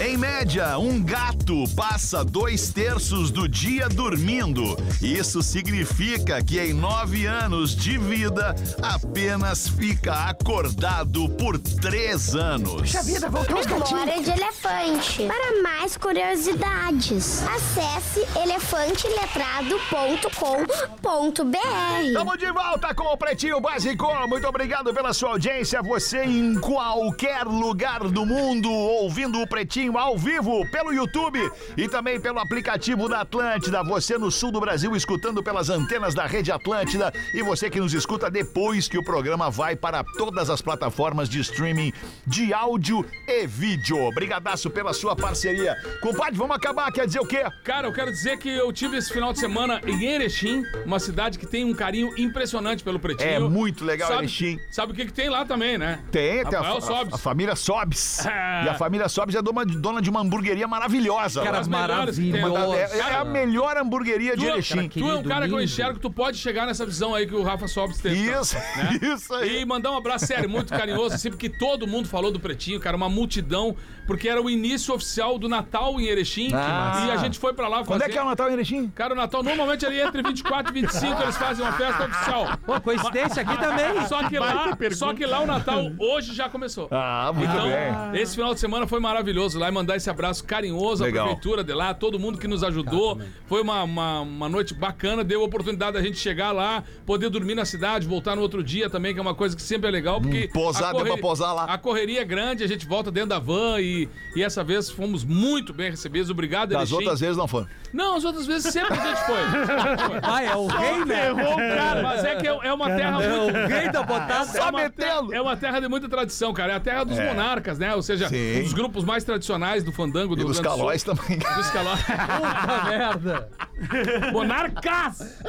Em média, um gato passa dois terços do dia dormindo. Isso significa que em nove anos de vida, apenas fica acordado por três anos.
Memória é de elefante. Para mais curiosidades, acesse elefanteletrado.com.br.
Estamos de volta com o Pretinho Básico. Muito obrigado pela sua audiência. Você em qualquer lugar do mundo, ouvindo o Pretinho ao vivo pelo YouTube e também pelo aplicativo da Atlântida. Você no sul do Brasil, escutando pelas antenas da Rede Atlântida. E você que nos escuta depois que o programa vai para todas as plataformas de streaming de áudio e vídeo. Obrigadaço pela sua parceria. Compadre, vamos acabar. Quer dizer o quê?
Cara, eu quero dizer que eu tive esse final de semana em Erechim, uma cidade que tem um carinho impressionante pelo Pretinho.
É muito legal,
sabe,
Erechim.
Sabe o que, que tem lá também, né?
Tem, tem a,
Rafael
fa-
Sobes.
a família Sobes.
Ah.
E a família Sobes é dona de, dona de uma hamburgueria maravilhosa.
Cara,
lá.
As melhores que tem.
Uma da- é, é
Ah,
a
cara.
melhor hamburgueria de
Tu,
Erechim.
tu é um cara que eu enxergo, tu pode chegar nessa visão aí que o Rafa Sobes teve. tá?
Isso, isso aí.
E mandar um abraço sério, muito carinhoso, assim, porque todo mundo falou do Pretinho, cara, uma multidão, porque era o início oficial do Natal em Erechim,
Ah.
e a gente foi pra lá fazer...
Quando é que é o Natal em Erechim?
Cara, o Natal normalmente ali é entre 24 e 25 eles fazem uma festa oficial.
Pô, coincidência aqui também.
Só que, lá, só que lá o Natal hoje já começou.
Ah, muito
Então,
bem.
esse final de semana foi maravilhoso lá e mandar esse abraço carinhoso
Legal.
à prefeitura de lá, todo mundo que nos ajudou. Foi uma, uma, uma noite bacana, deu a oportunidade da gente chegar lá, poder dormir na cidade, voltar no outro dia também, que é uma coisa que sempre é legal. Porque
posar, Hum,
a
deu pra
correria-
posar lá.
A correria é grande, a gente volta dentro da van e, e essa vez fomos muito bem recebidos. Obrigado,
Das
Erechim.
outras vezes não foram.
Não, as outras vezes sempre a gente foi. Foi.
Ah, é o rei, né?
Errou, cara. Mas é que é, é uma terra
É
muito.
o rei da botada.
É uma, terra, é uma terra de muita tradição, cara. É a terra dos monarcas, né? Ou seja,
Sim.
um dos grupos mais tradicionais do fandango do
E dos
Rio Grande do Sul.
calóis também.
Dos calóis.
Puta merda.
Monarcas!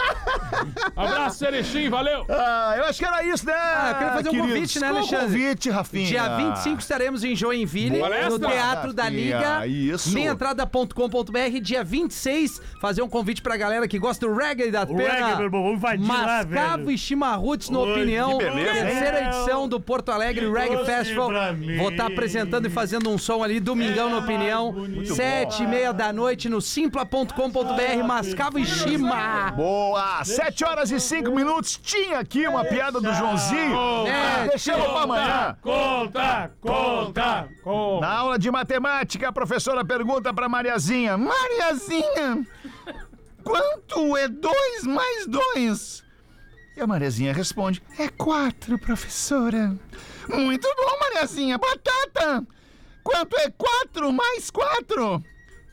Abraço, Erechim, valeu!
Ah, eu acho que era isso, né? Ah,
eu queria fazer um convite, né, Alexandre?
convite, Rafinha.
Dia 25 estaremos em Joinville,
Palestra?
no Teatro da Liga.
Isso.
Minhaentrada.com.br. Dia 26, fazer um convite pra galera que gosta do reggae da
O
pena.
reggae, meu irmão, vamos invadir lá,
Mascavo
velho.
e Chimarruts no
Oi,
Opinião.
que beleza, hein?
terceira edição do Porto Alegre
Que
Reggae
doce
Festival.
pra mim. É,
Vou estar apresentando e fazendo um som ali, domingão no Opinião. Sete e meia da noite no simpla.com.br. Mascavo e Chima.
Boa! Sete horas e cinco minutos. Tinha aqui uma piada do Joãozinho.
É,
Deixamos pra amanhã.
Conta, conta, conta.
Na aula de matemática, a professora pergunta pra Mariazinha: Mariazinha, quanto é 2 mais 2? E a Mariazinha responde: É 4, professora. Muito bom, Mariazinha. Batata, quanto é 4 mais 4?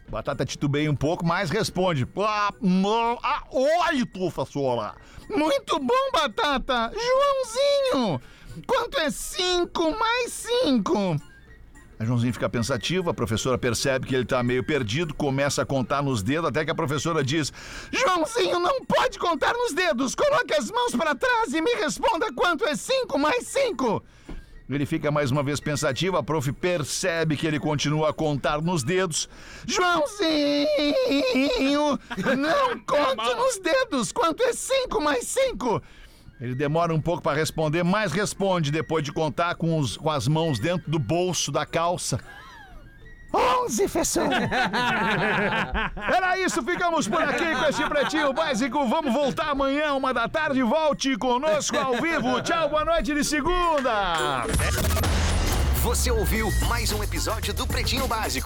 Batata titubeia um pouco, mas responde: Ah, não, ah, olho, professora. Muito bom, Batata. Joãozinho, quanto é 5 mais 5?
A Joãozinho fica pensativo, a professora percebe que ele tá meio perdido, começa a contar nos dedos, até que a professora diz: Joãozinho não pode contar nos dedos, coloque as mãos para trás e me responda quanto é 5 mais 5. Ele fica mais uma vez pensativo, a prof percebe que ele continua a contar nos dedos. Joãozinho, não conte nos dedos, quanto é 5 mais 5? Ele demora um pouco para responder, mas responde depois de contar com, os- com as mãos dentro do bolso da calça. 11, Fessão! Era isso, ficamos por aqui com este Pretinho Básico. Vamos voltar amanhã, uma da tarde. Volte conosco ao vivo. Tchau, boa noite de segunda!
Você ouviu mais um episódio do Pretinho Básico.